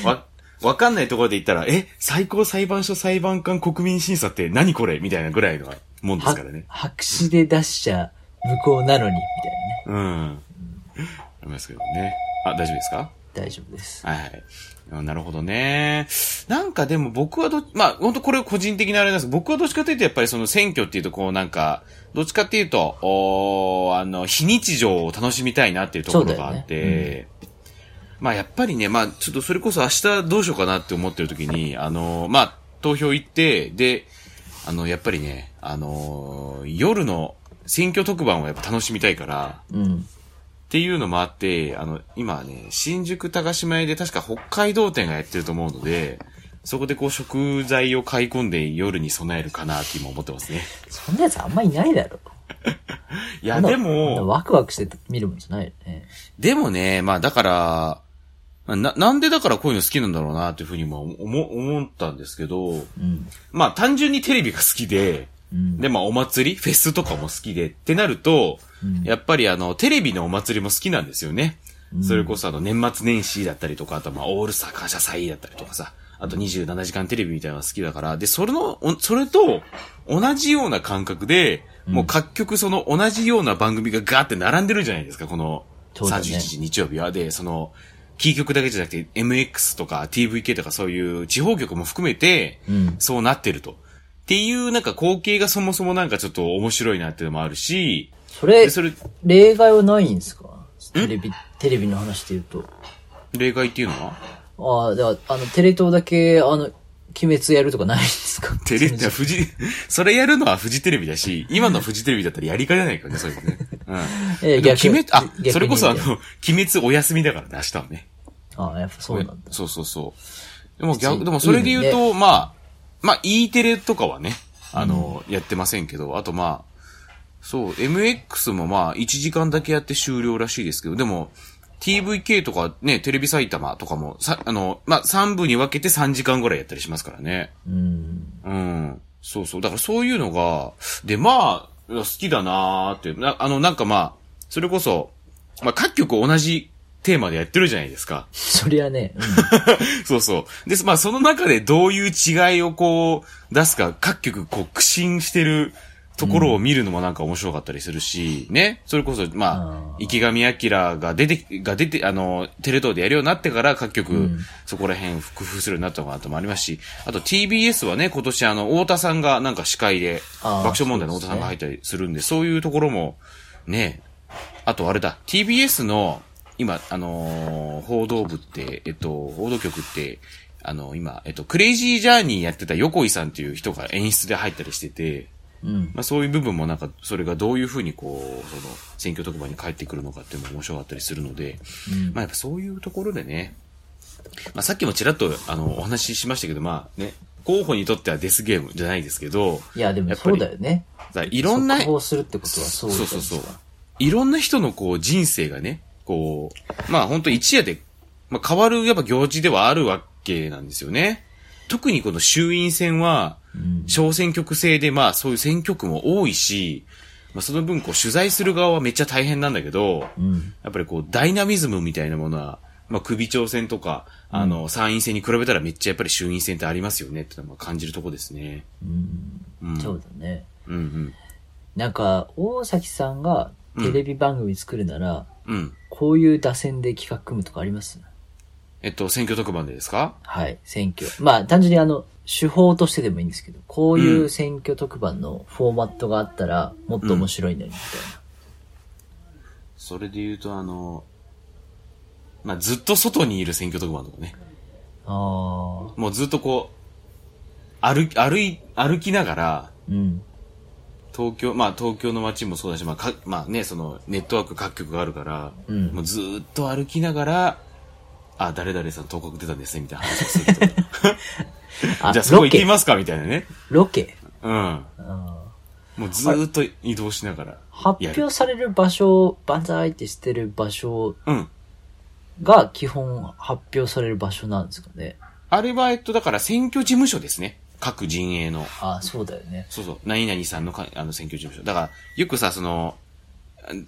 Speaker 2: わ、分かんないところで言ったら、え、最高裁判所裁判官国民審査って何これみたいなぐらいのもん
Speaker 3: な、
Speaker 2: ですからね。
Speaker 3: 白紙で出しちゃ無効なのに、みたいなね。
Speaker 2: うん。ありますけどね。あ、大丈夫ですか
Speaker 3: 大丈夫です。
Speaker 2: はいはいあ。なるほどね。なんかでも僕はど、まあ、本当これ個人的なあれなんですけど僕はどっちかというとやっぱりその選挙っていうとこうなんか、どっちかっていうと、おーあの、非日常を楽しみたいなっていうところがあっ
Speaker 3: そう
Speaker 2: て、
Speaker 3: だよね
Speaker 2: まあやっぱりね、まあちょっとそれこそ明日どうしようかなって思ってる時に、あの、まあ投票行って、で、あの、やっぱりね、あの、夜の選挙特番をやっぱ楽しみたいから、
Speaker 3: うん。
Speaker 2: っていうのもあって、あの、今ね、新宿高島屋で確か北海道店がやってると思うので、そこでこう食材を買い込んで夜に備えるかなって今思ってますね。
Speaker 3: そんなやつあんまいないだろ。
Speaker 2: い
Speaker 3: あ
Speaker 2: や、
Speaker 3: んな
Speaker 2: で
Speaker 3: あんな
Speaker 2: も、
Speaker 3: ワクワクして見るもんじゃないよね。
Speaker 2: でもね、まあだから、な、なんでだからこういうの好きなんだろうなっていうふうにも思、思ったんですけど、
Speaker 3: うん。
Speaker 2: まあ単純にテレビが好きで、
Speaker 3: うん。
Speaker 2: で、まあお祭り、フェスとかも好きでってなると、
Speaker 3: うん
Speaker 2: やっぱりあの、テレビのお祭りも好きなんですよね。
Speaker 3: うん
Speaker 2: それこそあの、年末年始だったりとか、あとはまあ、オールスター感謝祭だったりとかさ、あと27時間テレビみたいなのが好きだから、で、それの、おそれと、同じような感覚で、もう各局その同じような番組がガーって並んでるじゃないですか、この、
Speaker 3: そうだね
Speaker 2: 31日日曜日は。で、その、キー局だけじゃなくて、MX とか TVK とかそういう地方局も含めて、
Speaker 3: うん。
Speaker 2: そうなってると。っていう、なんか光景がそもそもなんかちょっと面白いなっていうのもあるし、
Speaker 3: それ
Speaker 2: で、それ、
Speaker 3: 例外はないんですかテレビ、テレビの話で言うと。
Speaker 2: 例外っていうのは
Speaker 3: ああ、だから、あの、テレ東だけ、あの、鬼滅やるとかないんですか
Speaker 2: テレビって、フジ、 [laughs] それやるのはフジテレビだし、今のフジテレビだったらやりかねないからね、そういうのね。うん。
Speaker 3: え
Speaker 2: でも鬼滅、あ、それこそあ、
Speaker 3: 逆に
Speaker 2: の、鬼滅お休みだからね、明日はね。
Speaker 3: あああ、やっぱそうなんだ。
Speaker 2: そうそうそう。でも逆、
Speaker 3: 別に
Speaker 2: でもそれで言う
Speaker 3: いい
Speaker 2: と、まあ、まあ E テレとかはね、あの、やってませんけど、あとまあ、そう、MX もまあ1時間だけやって終了らしいですけど、でも、TVK とかね、テレビ埼玉とかも、さ、あの、まあ3部に分けて3時間ぐらいやったりしますからね。
Speaker 3: うん。
Speaker 2: うん。そうそう。だからそういうのが、で、まあ、好きだなーっていう。なあの、なんかまあ、それこそ、まあ各局同じテーマでやってるじゃないですか。
Speaker 3: そりゃね、
Speaker 2: [laughs] そうそう。で、まあその中でどういう違いをこう出すか、各局こう苦心してるところを見るのもなんか面白かったりするし、ね。それこそ、まあ
Speaker 3: あ、
Speaker 2: 池上彰が出て、が出て、あの、テレ東でやるようになってから各局、
Speaker 3: ん
Speaker 2: そこら辺工夫するようになったのかなともありますし、あと TBS はね、今年あの、太田さんがなんか司会で、
Speaker 3: あー
Speaker 2: 爆笑問題の太田さんが入ったりするんで、そういうところも、ね、あとあれだ、TBS の、今、あのー報道部って、えっと、報道局って、あの今、えっと、クレイジージャーニーやってた横井さんっていう人が演出で入ったりしてて、
Speaker 3: うん。うん。
Speaker 2: まあそういう部分もなんか、それがどういうふうにこう、その、選挙特番に帰ってくるのかっていうのも面白かったりするので、
Speaker 3: うん
Speaker 2: まあやっぱそういうところでね、まあさっきもちらっと、あの、お話ししましたけど、まあね、候補にとってはデスゲームじゃないですけど、
Speaker 3: いや、でも
Speaker 2: やっぱ
Speaker 3: そ
Speaker 2: り
Speaker 3: うだよね。
Speaker 2: さいろんな、
Speaker 3: 速報するってことはそうだよね
Speaker 2: そうそうそう。いろんな人のこう人生がね、こう、まあ本当一夜で、まあ変わるやっぱ行事ではあるわけなんですよね。特にこの衆院選は、
Speaker 3: うん。
Speaker 2: 小選挙区制でまあそういう選挙区も多いし、まあその分こう取材する側はめっちゃ大変なんだけど、
Speaker 3: うん。
Speaker 2: やっぱりこうダイナミズムみたいなものは、まあ首長選とか、あの参院選に比べたらめっちゃやっぱり衆院選ってありますよねってのはまあ感じるとこですね。
Speaker 3: うん。
Speaker 2: うん。
Speaker 3: そうだね。
Speaker 2: うんうん。
Speaker 3: なんか、大崎さんがテレビ番組作るなら、
Speaker 2: うん。
Speaker 3: こういう打線で企画組むとかあります
Speaker 2: えっと、選挙特番でですか
Speaker 3: はい、選挙。まあ、単純にあの、手法としてでもいいんですけど、こういう選挙特番のフォーマットがあったら、もっと面白いのに、み
Speaker 2: それで言うと、あの、まあ、ずっと外にいる選挙特番とかね。
Speaker 3: たいな。ああ、
Speaker 2: もうずっとこう、歩き、歩い、歩きながら、
Speaker 3: うん。
Speaker 2: 東京、まあ東京の街もそうだし、まあか、まあね、そのネットワーク各局があるから、
Speaker 3: うん
Speaker 2: もうずっと歩きながら、あ、誰々さん東国出たんですね、みたいな話をするとか。
Speaker 3: あ
Speaker 2: じ [laughs] ゃあそこ
Speaker 3: ロ
Speaker 2: 行き
Speaker 3: ケ、
Speaker 2: ますか、みたいなね。
Speaker 3: ロケ。
Speaker 2: うん。
Speaker 3: あ
Speaker 2: もうずーっと移動しながら
Speaker 3: ー
Speaker 2: や
Speaker 3: 発
Speaker 2: る。
Speaker 3: 表される場所、万歳ってしてる場所
Speaker 2: うん。
Speaker 3: が基本発表される場所なんですかね。
Speaker 2: あれは、えっと、だから選挙事務所ですね。各陣営の。
Speaker 3: ああ、そうだよね。
Speaker 2: そうそう、何々さんのかあの選挙事務所。だから、よくさ、その、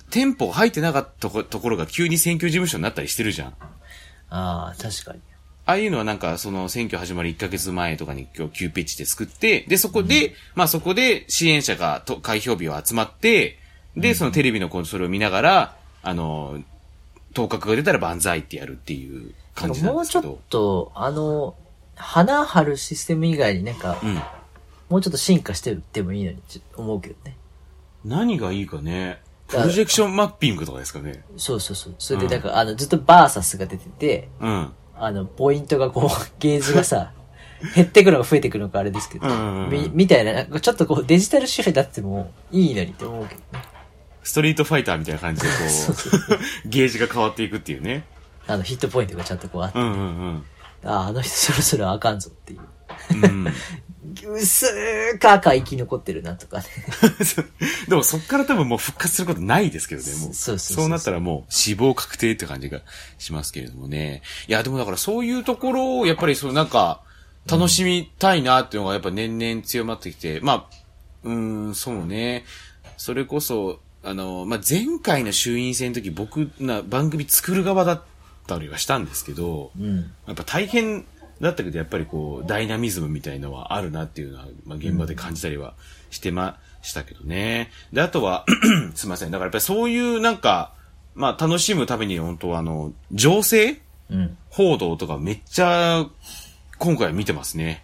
Speaker 2: 店舗入ってなかったとこところが急に選挙事務所になったりしてるじゃん。あ
Speaker 3: ああ、確かに。
Speaker 2: あいうのはなんか、その選挙始まる1ヶ月前とかに今日急ピッチで作って、で、そこで、まあそこで支援者がと開票日を集まって、で、そのテレビのこうそれを見ながら、あの、当確が出たら万歳ってやるっていう
Speaker 3: な
Speaker 2: 感
Speaker 3: んか
Speaker 2: じなん
Speaker 3: もう
Speaker 2: です
Speaker 3: ちょ
Speaker 2: け
Speaker 3: っ
Speaker 2: ど。
Speaker 3: と、あの、花張るシステム以外になんか、
Speaker 2: うん。
Speaker 3: もうちょっと進化してってもいいのにち思うけどね。
Speaker 2: 何がいいかね。プロジェクションマッピングとかですかね。
Speaker 3: そうそうそう。それで、だから、あの、ずっとバーサスが出てて、
Speaker 2: うん。
Speaker 3: あの、ポイントがこう、ゲージがさ、減ってくのか増えてくのかあれですけど、
Speaker 2: うんうんうん
Speaker 3: み、みたいな、なんかちょっとこう、デジタル主婦になってもいいのにって思うけどね。
Speaker 2: ストリートファイターみたいな感じでこう、ゲージが変わっていくっていうね。
Speaker 3: あの、ヒットポイントがちゃんとこうあって、
Speaker 2: うんうんうん。
Speaker 3: あ、あの人そろそろあかんぞっていう。
Speaker 2: うん、
Speaker 3: 薄ーく赤生き残ってるなとかね。 [laughs]
Speaker 2: でもそっから多分もう復活することないですけどね、もう。
Speaker 3: そうそうそうそう
Speaker 2: なったらもう死亡確定って感じがしますけれどもね。いや、でもだからそういうところをやっぱりそのなんか、楽しみたいなっていうのがやっぱ年々強まってきて、まあ、うーん、そうね。それこそ、あの、まあ、前回の衆院選の時僕な番組作る側だったりはしたんですけど、
Speaker 3: うん。
Speaker 2: やっぱ大変だったけど、やっぱりこう、ダイナミズムみたいのはあるなっていうのは、まあ、現場で感じたりはしてましたけどね。で、あとは、 [clears throat] すいません。だからやっぱりそういうなんか、まあ楽しむために本当はあの、情勢
Speaker 3: うん。
Speaker 2: 報道とかめっちゃ、今回は見てますね。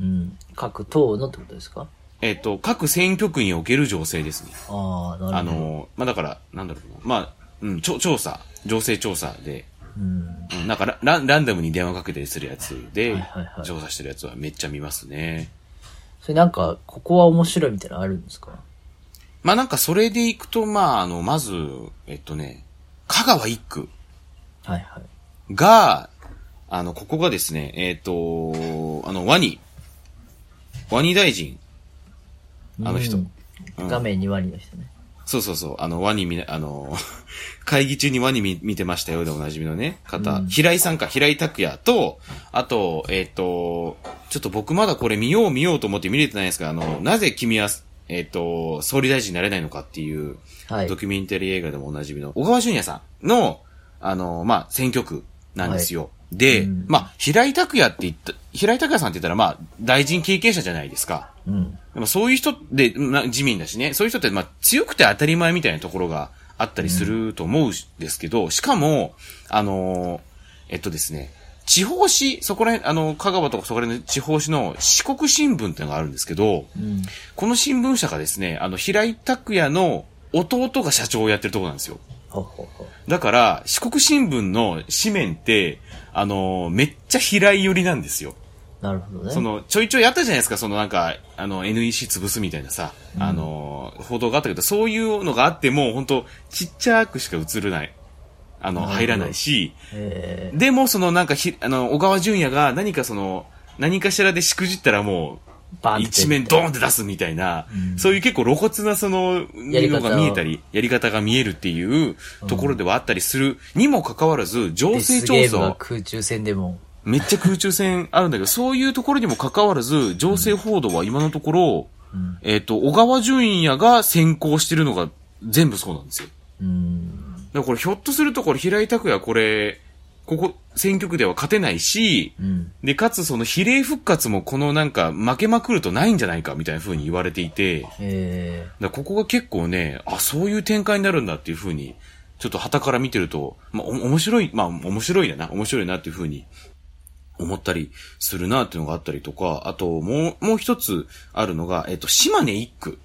Speaker 3: うん。各党のってことですか
Speaker 2: えっと、各選挙区における情勢ですね。
Speaker 3: ああ、な
Speaker 2: あ
Speaker 3: るほど。
Speaker 2: の、まあだから、なんだろうな。まあ、うん、ちょ調査、情勢調査で、
Speaker 3: うん。
Speaker 2: うんなんかラランランダムに電話かけたりするやつで
Speaker 3: はいはいは、い
Speaker 2: 調査してるやつはめっちゃ見ますね。
Speaker 3: それなんか、ここは面白いみたいなのあるんですか
Speaker 2: まあなんかそれでいくと、まああの、まず、えっとね、香川一区
Speaker 3: はいはい。
Speaker 2: が、あの、ここがですね、えっ、と、あの、ワニ。ワニ大臣。あの人
Speaker 3: うん
Speaker 2: うん
Speaker 3: 画面にワニの人ね。
Speaker 2: そうそうそう。あの、ワニ見な、あの、 [laughs] 会議中にワニ見見てましたよでおなじみのね、方。
Speaker 3: うん
Speaker 2: 平井さんか、平井拓也と、あと、えっ、と、ちょっと僕まだこれ見よう見ようと思って見れてないんですが、あの、なぜ君は、えっ、と、総理大臣になれないのかっていう、
Speaker 3: はい
Speaker 2: ド。キュメンタリー映画でもおなじみの、小川淳也さんの、あの、まあ、選挙区なんですよ。で、
Speaker 3: うん
Speaker 2: まあ、平井拓也って言った、平井拓也さんって言ったら、まあ、大臣経験者じゃないですか。
Speaker 3: うん。
Speaker 2: でもそういう人で、な自民だしね、そういう人って、まあ、強くて当たり前みたいなところがあったりすると思うんですけど、しかも、あのーえっとですね、地方紙、そこら辺、あの、香川とかそこら辺の地方紙の四国新聞っていうのがあるんですけど、
Speaker 3: うん。
Speaker 2: この新聞社がですね、あの、平井拓也の弟が社長をやってるところなんですよ。
Speaker 3: ほうほうほう。
Speaker 2: だから、四国新聞の紙面って、あのーめっちゃ平井寄りなんですよ。
Speaker 3: なるほどね。
Speaker 2: その、ちょいちょいあったじゃないですか、そのなんか、あの、NEC 潰すみたいなさ、あの、報道があったけど、そういうのがあっても、本当ちっちゃくしか映らない。あの、
Speaker 3: なるほど
Speaker 2: 入らないし、
Speaker 3: え
Speaker 2: でも、そのなんかひ、あの、小川淳也が何かその、何かしらでしくじったらも
Speaker 3: ー、バンっ
Speaker 2: う、
Speaker 3: て
Speaker 2: 一面ドーンって出すみたいな、
Speaker 3: うん
Speaker 2: そういう結構露骨なその、
Speaker 3: やり方を
Speaker 2: のが見えたり、やり方が見えるっていうところではあったりするにもかかわらず、情
Speaker 3: デ
Speaker 2: 勢
Speaker 3: スゲ
Speaker 2: 調
Speaker 3: ーム
Speaker 2: 査
Speaker 3: が、空中戦でも、
Speaker 2: めっちゃ空中戦あるんだけど、そういうところにも関わらず、情勢報道は今のところ、
Speaker 3: うん
Speaker 2: えっ、と、小川淳也が先行してるのが全部そうなんですよ。
Speaker 3: うん。
Speaker 2: だからこれひょっとするとこれ平井拓也これ、ここ選挙区では勝てないし、
Speaker 3: うん。
Speaker 2: で、かつその比例復活もこのなんか負けまくるとないんじゃないかみたいな風に言われていて、だか
Speaker 3: え
Speaker 2: らここが結構ね、あ、そういう展開になるんだっていう風に、ちょっと旗から見てると、まあ、お面白い、まあ、面白いだな、面白いなっていう風に思ったりするなっていうのがあったりとか、あともう、もう一つあるのが、えっと、島根一区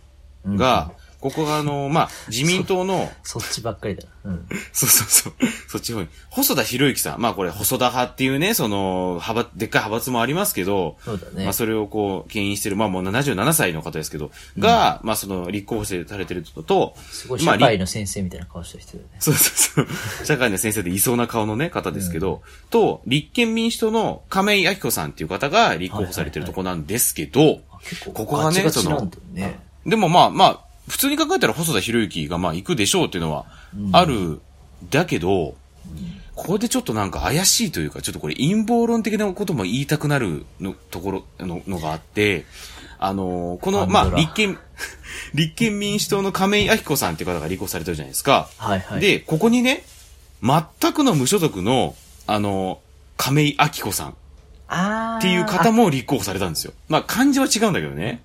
Speaker 3: ー、
Speaker 2: が、ここがあの、まあ、自民党の、
Speaker 3: そっちばっかりだ。うん。
Speaker 2: そうそうそう、そっちの方に、細田博之さん、まあこれ細田派っていうね、その、派閥、でっかい派閥もありますけど、
Speaker 3: そうだね。
Speaker 2: まあそれをこう、牽引してる、まあもう77歳の方ですけど、が、まあその、立候補してされてるのと、
Speaker 3: すごい
Speaker 2: まあ
Speaker 3: 社会の先生みたいな顔した人だよね。
Speaker 2: そうそうそう。社会の先生でいそうな顔のね、方ですけど、と、立憲民主党の亀井明子さんっていう方が立候補されてるとこなんですけど、
Speaker 3: あ結構、
Speaker 2: ここはね
Speaker 3: ガチガチ
Speaker 2: その
Speaker 3: なんだよね。
Speaker 2: でもまあまあ、普通に考えたら細田博之がまあ行くでしょうっていうのはある、だけど、ここでちょっとなんか怪しいというか、ちょっとこれ陰謀論的なことも言いたくなるのところののがあって、あのーこ
Speaker 3: ア
Speaker 2: の、
Speaker 3: ンドラ
Speaker 2: まあ、立憲、 [laughs] 立憲民主党の亀井明子さんっていう方が立候補されてるじゃないですか。
Speaker 3: はいはい。、
Speaker 2: で、ここにね、全くの無所属の、あの、亀井明子さんっ
Speaker 3: あー
Speaker 2: ていう方
Speaker 3: あ
Speaker 2: も立候補されたんですよ。まあ、漢字は違うんだけどね。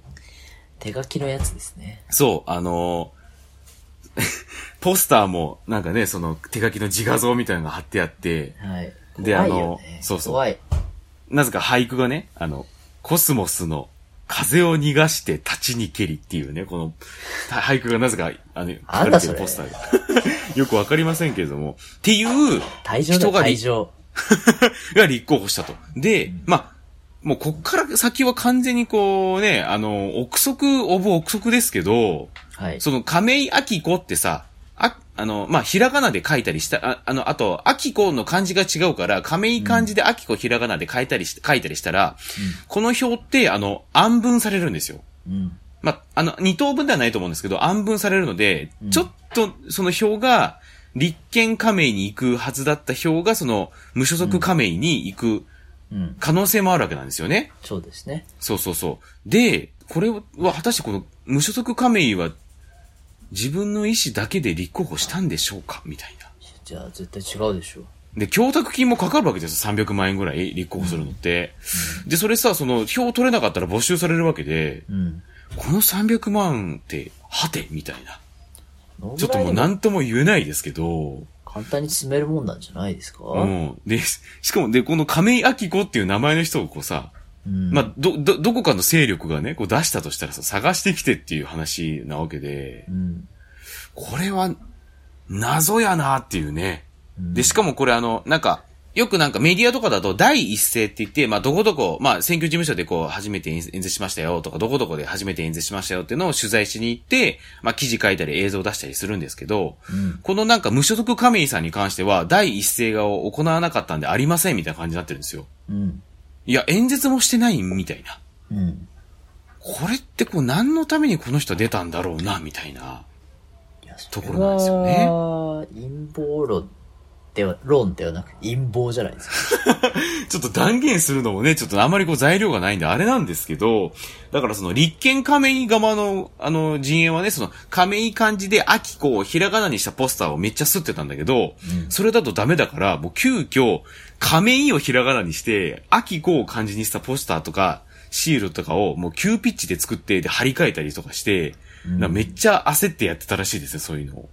Speaker 3: 手書きのやつですね。
Speaker 2: そう、あの、ポスター [laughs] も、なんかね、その、手書きの自画像みたいなのが貼ってあって、
Speaker 3: はい。
Speaker 2: で
Speaker 3: 怖いよ
Speaker 2: あの
Speaker 3: ね
Speaker 2: そうそう
Speaker 3: 怖い。
Speaker 2: なぜか俳句がね、あの、コスモスの風を逃がして立ちに蹴りっていうね、この、た俳句がなぜか、あの、書
Speaker 3: あ
Speaker 2: か
Speaker 3: ん
Speaker 2: れ
Speaker 3: だ
Speaker 2: て
Speaker 3: そ
Speaker 2: る
Speaker 3: れ
Speaker 2: ポスターが。 [laughs] よくわかりませんけれども、っていう、
Speaker 3: 退場だ
Speaker 2: 人
Speaker 3: よ、
Speaker 2: が
Speaker 3: 退場。
Speaker 2: が立候補したと。で、まあ、もうこっから先は完全にこうね、あの、憶測、オブ憶測ですけど、
Speaker 3: はい。
Speaker 2: その亀井明子ってさ、あ、あの、まあ、ひらがなで書いたりした、ああの、あと、明子の漢字が違うから、亀井漢字で明子ひらがなで書いたりし、書いたりしたら、この表って、あの、暗分されるんですよ。
Speaker 3: うん。
Speaker 2: まあ、あの、二等分ではないと思うんですけど、暗分されるので、
Speaker 3: うん
Speaker 2: ちょっと、その票が、立憲亀井に行くはずだった票が、その、無所属亀井に行く
Speaker 3: うん。
Speaker 2: 可能性もあるわけなんですよね。
Speaker 3: そうですね。
Speaker 2: そうそうそう。で、これは果たしてこの無所属亀井は自分の意思だけで立候補したんでしょうかみたいな。
Speaker 3: じゃあ、絶対違うでしょう。
Speaker 2: で、供託金もかかるわけですよ。300万円ぐらい立候補するのって。で、それさ、その票取れなかったら没収されるわけで、
Speaker 3: うん。
Speaker 2: この300万って、はてみたいな。ちょっともう
Speaker 3: な
Speaker 2: 何とも言えないですけど、
Speaker 3: 簡単に詰めるもんなんじゃないですか
Speaker 2: う
Speaker 3: うん。
Speaker 2: ん。で、ししかも、で、この亀井明子っていう名前の人をこうさ、まあ、ど、ど、どこかの勢力がね、こう出したとしたらさ、探してきてっていう話なわけで
Speaker 3: う、ん。
Speaker 2: これは、謎やなっていうね。
Speaker 3: うん
Speaker 2: で、しかもこれあの、なんか、よくなんかメディアとかだと第一声って言って、まあどこどこ、まあ選挙事務所でこう初めて演説しましたよとか、どこどこで初めて演説しましたよっていうのを取材しに行って、まあ記事書いたり映像を出したりするんですけど、このなんか無所属亀井さんに関しては第一声が行わなかったんでありませんみたいな感じになってるんですよ。
Speaker 3: うん。
Speaker 2: いや、演説もしてないみたいな。
Speaker 3: うん。
Speaker 2: これってこう何のためにこの人出たんだろうな、みたいな。
Speaker 3: いや、そ
Speaker 2: と
Speaker 3: れ
Speaker 2: ころなんですよね
Speaker 3: は陰謀論では、論ではなく陰謀じゃないですか。
Speaker 2: [laughs] ちょっと断言するのもね、ちょっとあまりこう材料がないんであれなんですけど、だからその立憲亀井側の、あの陣営はね、その亀井漢字で秋子をひらがなにしたポスターをめっちゃ吸ってたんだけど、それだとダメだから、もう急遽亀井をひらがなにして、秋子を漢字にしたポスターとか、シールとかをもう急ピッチで作って、で張り替えたりとかして、なんかめっちゃ焦ってやってたらしいですね、そういうのを。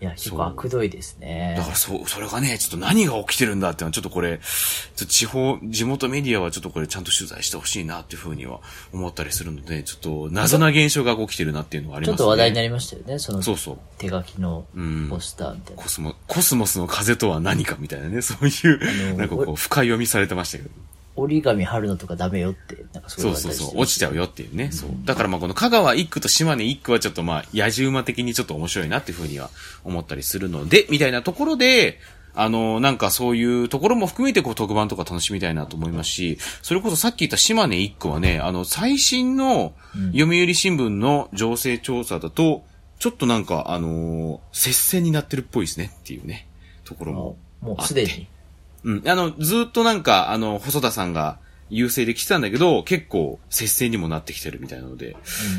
Speaker 3: いや、結構悪どいですね
Speaker 2: だ。からそう、それがね、ちょっと何が起きてるんだっていうのは、ちょっとこれ、ちょっと地方、地元メディアはちょっとこれちゃんと取材してほしいなっていうふうには思ったりするので、ちょっと謎な現象が起きてるなっていうのはあり
Speaker 3: ちょ
Speaker 2: ま
Speaker 3: っ
Speaker 2: すね。
Speaker 3: と話題になりましたよね、その
Speaker 2: そうそう。
Speaker 3: 手書きの
Speaker 2: うん
Speaker 3: ポスターみたいな
Speaker 2: コ。スモ、コスモスの風とは何かみたいなね、そうい
Speaker 3: あ
Speaker 2: う、
Speaker 3: の
Speaker 2: なんかこう、深読みされてましたけど。
Speaker 3: 折り紙貼るのとかダメよって、なんかそうい
Speaker 2: そうう
Speaker 3: 話
Speaker 2: そうそう、
Speaker 3: で
Speaker 2: 落
Speaker 3: し
Speaker 2: ちちゃうよっていうね。そう。だからまあこの香川一区と島根一区はちょっとまあ、野じ馬的にちょっと面白いなっていうふうには思ったりするので、みたいなところで、あの、なんかそういうところも含めてこう特番とか楽しみたいなと思いますし、それこそさっき言った島根一区はね、あの、最新の読売新聞の情勢調査だと、ちょっとなんか、あの接戦になってるっぽいですねっていうね、ところも
Speaker 3: もう、もうすでに。
Speaker 2: うん。あの、ずーっとなんか、あの、細田さんが優勢で来てたんだけど、結構接戦にもなってきてるみたいなので、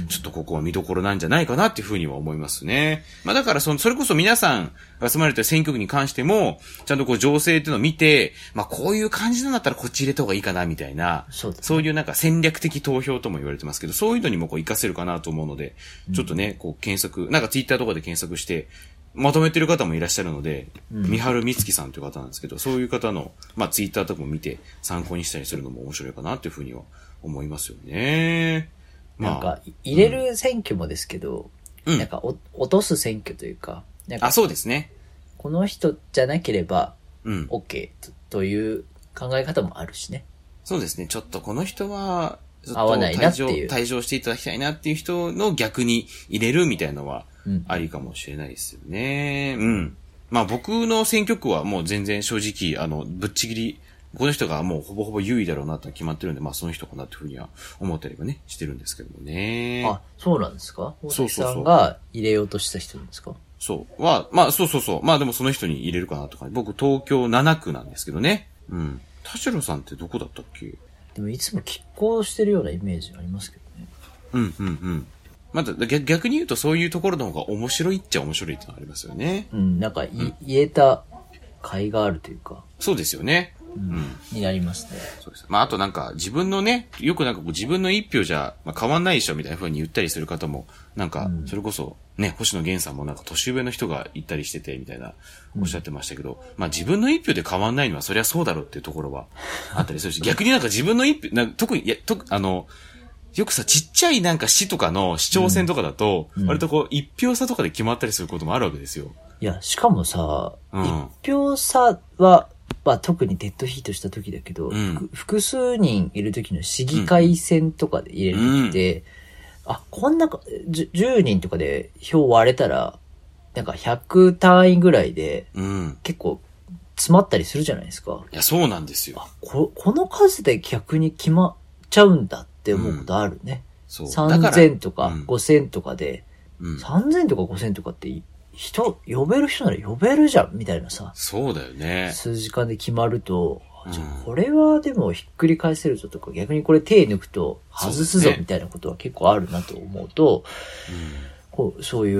Speaker 2: ちょっとここは見どころなんじゃないかなっていうふうには思いますね。まあだからその、それこそ皆さんが住まれてる選挙区に関しても、ちゃんとこう情勢っていうのを見て、まあこういう感じなんだったらこっち入れた方がいいかなみたいな、
Speaker 3: そうです
Speaker 2: そういうなんか戦略的投票とも言われてますけど、そういうのにもこう活かせるかなと思うので、ちょっとね、こう検索、なんかツイッターとかで検索して、まとめてる方もいらっしゃるので、三春美月さんという方なんですけど、そういう方の、まあツイッターとかも見て参考にしたりするのも面白いかなというふうには思いますよね。まあ、
Speaker 3: なんか、い入れる選挙もですけど、
Speaker 2: うん
Speaker 3: なんかお、落とす選挙というか、なん
Speaker 2: あ、
Speaker 3: か、
Speaker 2: そうですね。
Speaker 3: この人じゃなければ、
Speaker 2: うん。
Speaker 3: OK とという考え方もあるしね。
Speaker 2: そうですね。ちょっとこの人は、ちょっと
Speaker 3: 合わないなっていう
Speaker 2: 退場退場していただきたいなっていう人の逆に入れるみたいのは
Speaker 3: うん
Speaker 2: ありかもしれないですよね。うん。まあ僕の選挙区はもう全然正直、あの、ぶっちぎり、この人がもうほぼほぼ優位だろうなと決まってるんで、まあその人かなっていうふうには思ったりはね、してるんですけどもね。
Speaker 3: あ、そうなんですか大
Speaker 2: そうそう
Speaker 3: 崎
Speaker 2: そう
Speaker 3: さんが入れようとした人なんですか
Speaker 2: そう。は、まあ、そうそうそう。まあでもその人に入れるかなとか、僕東京7区なんですけどね。うん。田代さんってどこだったっけ
Speaker 3: でもいつも拮抗してるようなイメージありますけどね。
Speaker 2: うんうんうん。まだ逆逆に言うとそういうところの方が面白いっちゃ面白いってのはありますよね。
Speaker 3: うん、なんかい、言えた甲斐があるというか、
Speaker 2: そうですよね。
Speaker 3: になりますね。
Speaker 2: そうです。まああとなんか自分のね、よくなんかこう自分の一票じゃ、まあ、変わんないでしょみたいな風に言ったりする方も、なんかそれこそね、星野源さんもなんか年上の人が言ったりしててみたいなおっしゃってましたけど、まあ自分の一票で変わんないのはそりゃそうだろうっていうところはあったりするし、 [laughs] 逆になんか自分の一票、なんか特に、いや、特、あの、よくさ、ちっちゃいなんか市とかの市長選とかだと、割とこう、一票差とかで決まったりすることもあるわけですよ。
Speaker 3: いや、しかもさ、
Speaker 2: うん
Speaker 3: 一票差は、まあ特にデッドヒートした時だけど、
Speaker 2: うん
Speaker 3: 複複数人いる時の市議会選とかで入れる時って、あ、こんなか、じゅ10人とかで票割れたら、なんか100単位ぐらいで
Speaker 2: うん。
Speaker 3: 結構詰まったりするじゃないですか。
Speaker 2: いや、そうなんですよ。
Speaker 3: あ、ここの数で逆に決まっちゃうんだって思うことあるね。
Speaker 2: そう。
Speaker 3: 3000とか
Speaker 2: うん
Speaker 3: 5000とかで、
Speaker 2: うん
Speaker 3: 3000とか5000とかって人、呼べる人なら呼べるじゃんみたいなさ、
Speaker 2: そうだよね。
Speaker 3: 数時間で決まると、
Speaker 2: うん
Speaker 3: じゃあこれはでもひっくり返せるぞとか、逆にこれ手抜くと
Speaker 2: そう
Speaker 3: 外
Speaker 2: ですね
Speaker 3: すぞみたいなことは結構あるなと思うと、こうそうい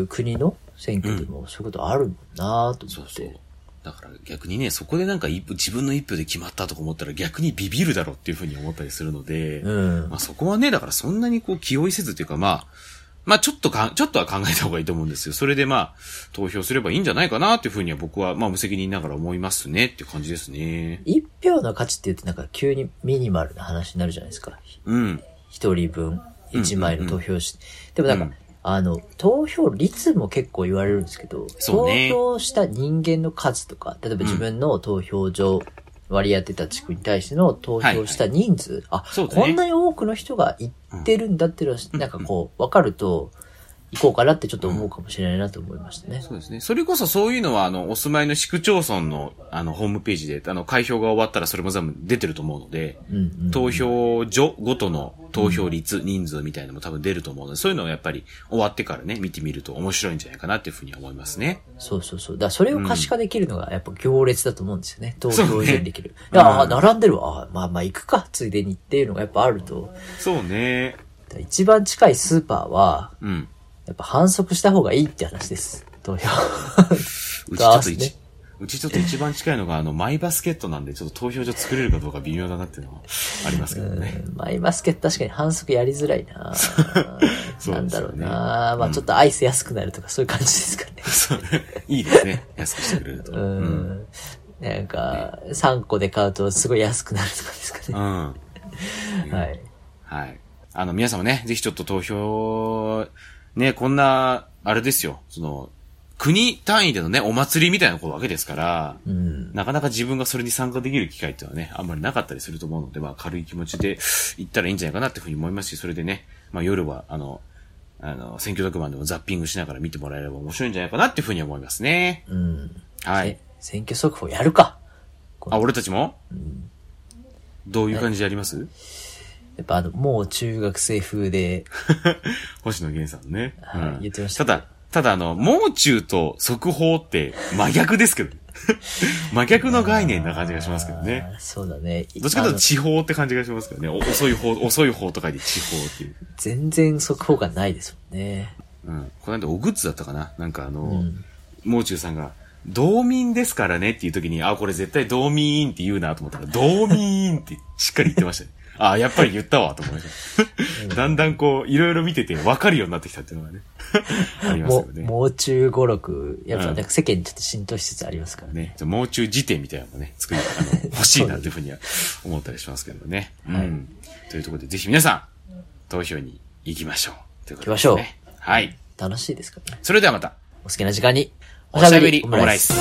Speaker 3: う国の選挙でもそういうことあるもんなと
Speaker 2: そ
Speaker 3: 思
Speaker 2: う
Speaker 3: っ
Speaker 2: そう
Speaker 3: て。。
Speaker 2: だから逆にね、そこでなんか一歩自分の一歩で決まったとか思ったら逆にビビるだろうっていうふうに思ったりするので、
Speaker 3: うん
Speaker 2: ま。あそこはね、だからそんなにこう気負いせずというかまあ、まあちょっとか、ちょっとは考えた方がいいと思うんですよ。それでまあ、投票すればいいんじゃないかなっていうふうには僕はまあ無責任ながら思いますねっていう感じですね。
Speaker 3: 一票の価値って言うとなんか急にミニマルな話になるじゃないですか。
Speaker 2: うん。
Speaker 3: 一人分、一枚の投票し、でもなん
Speaker 2: うん
Speaker 3: か、あの、投票率も結構言われるんですけど、
Speaker 2: そうね
Speaker 3: 投票した人間の数とか、例えば自分の投票所割り当てた地区に対しての投票した人数、
Speaker 2: そう
Speaker 3: あ、
Speaker 2: だね
Speaker 3: こんなに多くの人が行ってるんだっていうのは、なんかこう、わかると、行こうかなってちょっと思うかもしれないなと思いましたね。
Speaker 2: そうですね。それこそそういうのは、あの、お住まいの市区町村の、あの、ホームページで、あの、開票が終わったらそれも全部出てると思うので、
Speaker 3: うんうん。
Speaker 2: 投票所ごとの投票率、人数みたいなのも多分出ると思うので、そういうのをやっぱり終わってからね、見てみると面白いんじゃないかなっていうふうに思いますね。
Speaker 3: そうそうそう。だからそれを可視化できるのがやっぱ行列だと思うんですよね。投
Speaker 2: そ
Speaker 3: 票
Speaker 2: う
Speaker 3: 以
Speaker 2: ね
Speaker 3: 上にできる。だからあ
Speaker 2: うん
Speaker 3: 並んでるわ。あまあまあ行くか、ついでにっていうのがやっぱあると。
Speaker 2: そうね。
Speaker 3: だから一番近いスーパーは、
Speaker 2: うん。
Speaker 3: やっぱ反則した方がいいって話です。投
Speaker 2: [laughs]
Speaker 3: 票。
Speaker 2: うちちょっと
Speaker 3: ガース
Speaker 2: 一
Speaker 3: ね、
Speaker 2: うちちょっと一番近いのが、あの、マイバスケットなんで、ちょっと投票所作れるかどうか微妙だなっていうのはありますけどね。
Speaker 3: マイバスケ確かに反則やりづらい
Speaker 2: [laughs]
Speaker 3: な
Speaker 2: そう
Speaker 3: なん
Speaker 2: です
Speaker 3: だ
Speaker 2: よ
Speaker 3: ろう
Speaker 2: ね
Speaker 3: なまあちょっとアイス安くなるとかそういう感じですかね。
Speaker 2: そう [laughs] いいですね。安くしてくれると。
Speaker 3: う。ん。なんか、3個で買うとすごい安くなるとかですか
Speaker 2: う
Speaker 3: ね。
Speaker 2: ん。
Speaker 3: はい。
Speaker 2: はい。あの、皆様ね、ぜひちょっと投票、ね、こんな、あれですよ、その、国単位でのね、お祭りみたいなことわけですから、
Speaker 3: うん。
Speaker 2: なかなか自分がそれに参加できる機会っていうのはね、あんまりなかったりすると思うので、まあ軽い気持ちで行ったらいいんじゃないかなっていうふうに思いますし、それでね、まあ夜は、あの、あの、選挙特番でもザッピングしながら見てもらえれば面白いんじゃないかなっていうふうに思いますね。
Speaker 3: うん。
Speaker 2: はい。
Speaker 3: 選挙速報やるか。
Speaker 2: あ、俺たちもどういう感じでやります
Speaker 3: やっぱあの、もう中学生風で、
Speaker 2: [laughs] 星野源さんね。
Speaker 3: はい言ってました
Speaker 2: ただ、ただあの、盲中と速報って真逆ですけどね。
Speaker 3: [laughs]
Speaker 2: 真逆の概念な感じがしますけどね。
Speaker 3: あーそうだね。
Speaker 2: どっちかと
Speaker 3: あ
Speaker 2: いうと
Speaker 3: の
Speaker 2: 地方って感じがしますけどね。お遅い方、遅い方と書いて地方っていう。
Speaker 3: 全然速報がないですもんね。
Speaker 2: うん。この間、おグッズだったかななんかあの、
Speaker 3: ん
Speaker 2: もう中さんが、道民ですからねっていう時に、あ、これ絶対道民って言うなと思ったら、道民ってしっかり言って
Speaker 3: [laughs]
Speaker 2: ましたね。あ、やっぱり言ったわと思いました。 [laughs] だんだんこう、いろいろ見てて分かるようになってきたっていう
Speaker 3: [laughs]
Speaker 2: のがね。ありますよ
Speaker 3: も
Speaker 2: ね。
Speaker 3: う、もう中語録、やっぱ
Speaker 2: う
Speaker 3: なんんか世間にちょっと浸透しつつありますからね。
Speaker 2: ね、じゃあ盲中辞典みたいなのもね、作り、あの、欲しいなというふうには思ったりしますけどね。うん。というところで、ぜひ皆さん、投票に行きましょう。ということですね
Speaker 3: 行きまし
Speaker 2: はい。
Speaker 3: 楽しいですからね。
Speaker 2: それではまた、
Speaker 3: お好きな時間に、
Speaker 2: おしゃべりオムライス。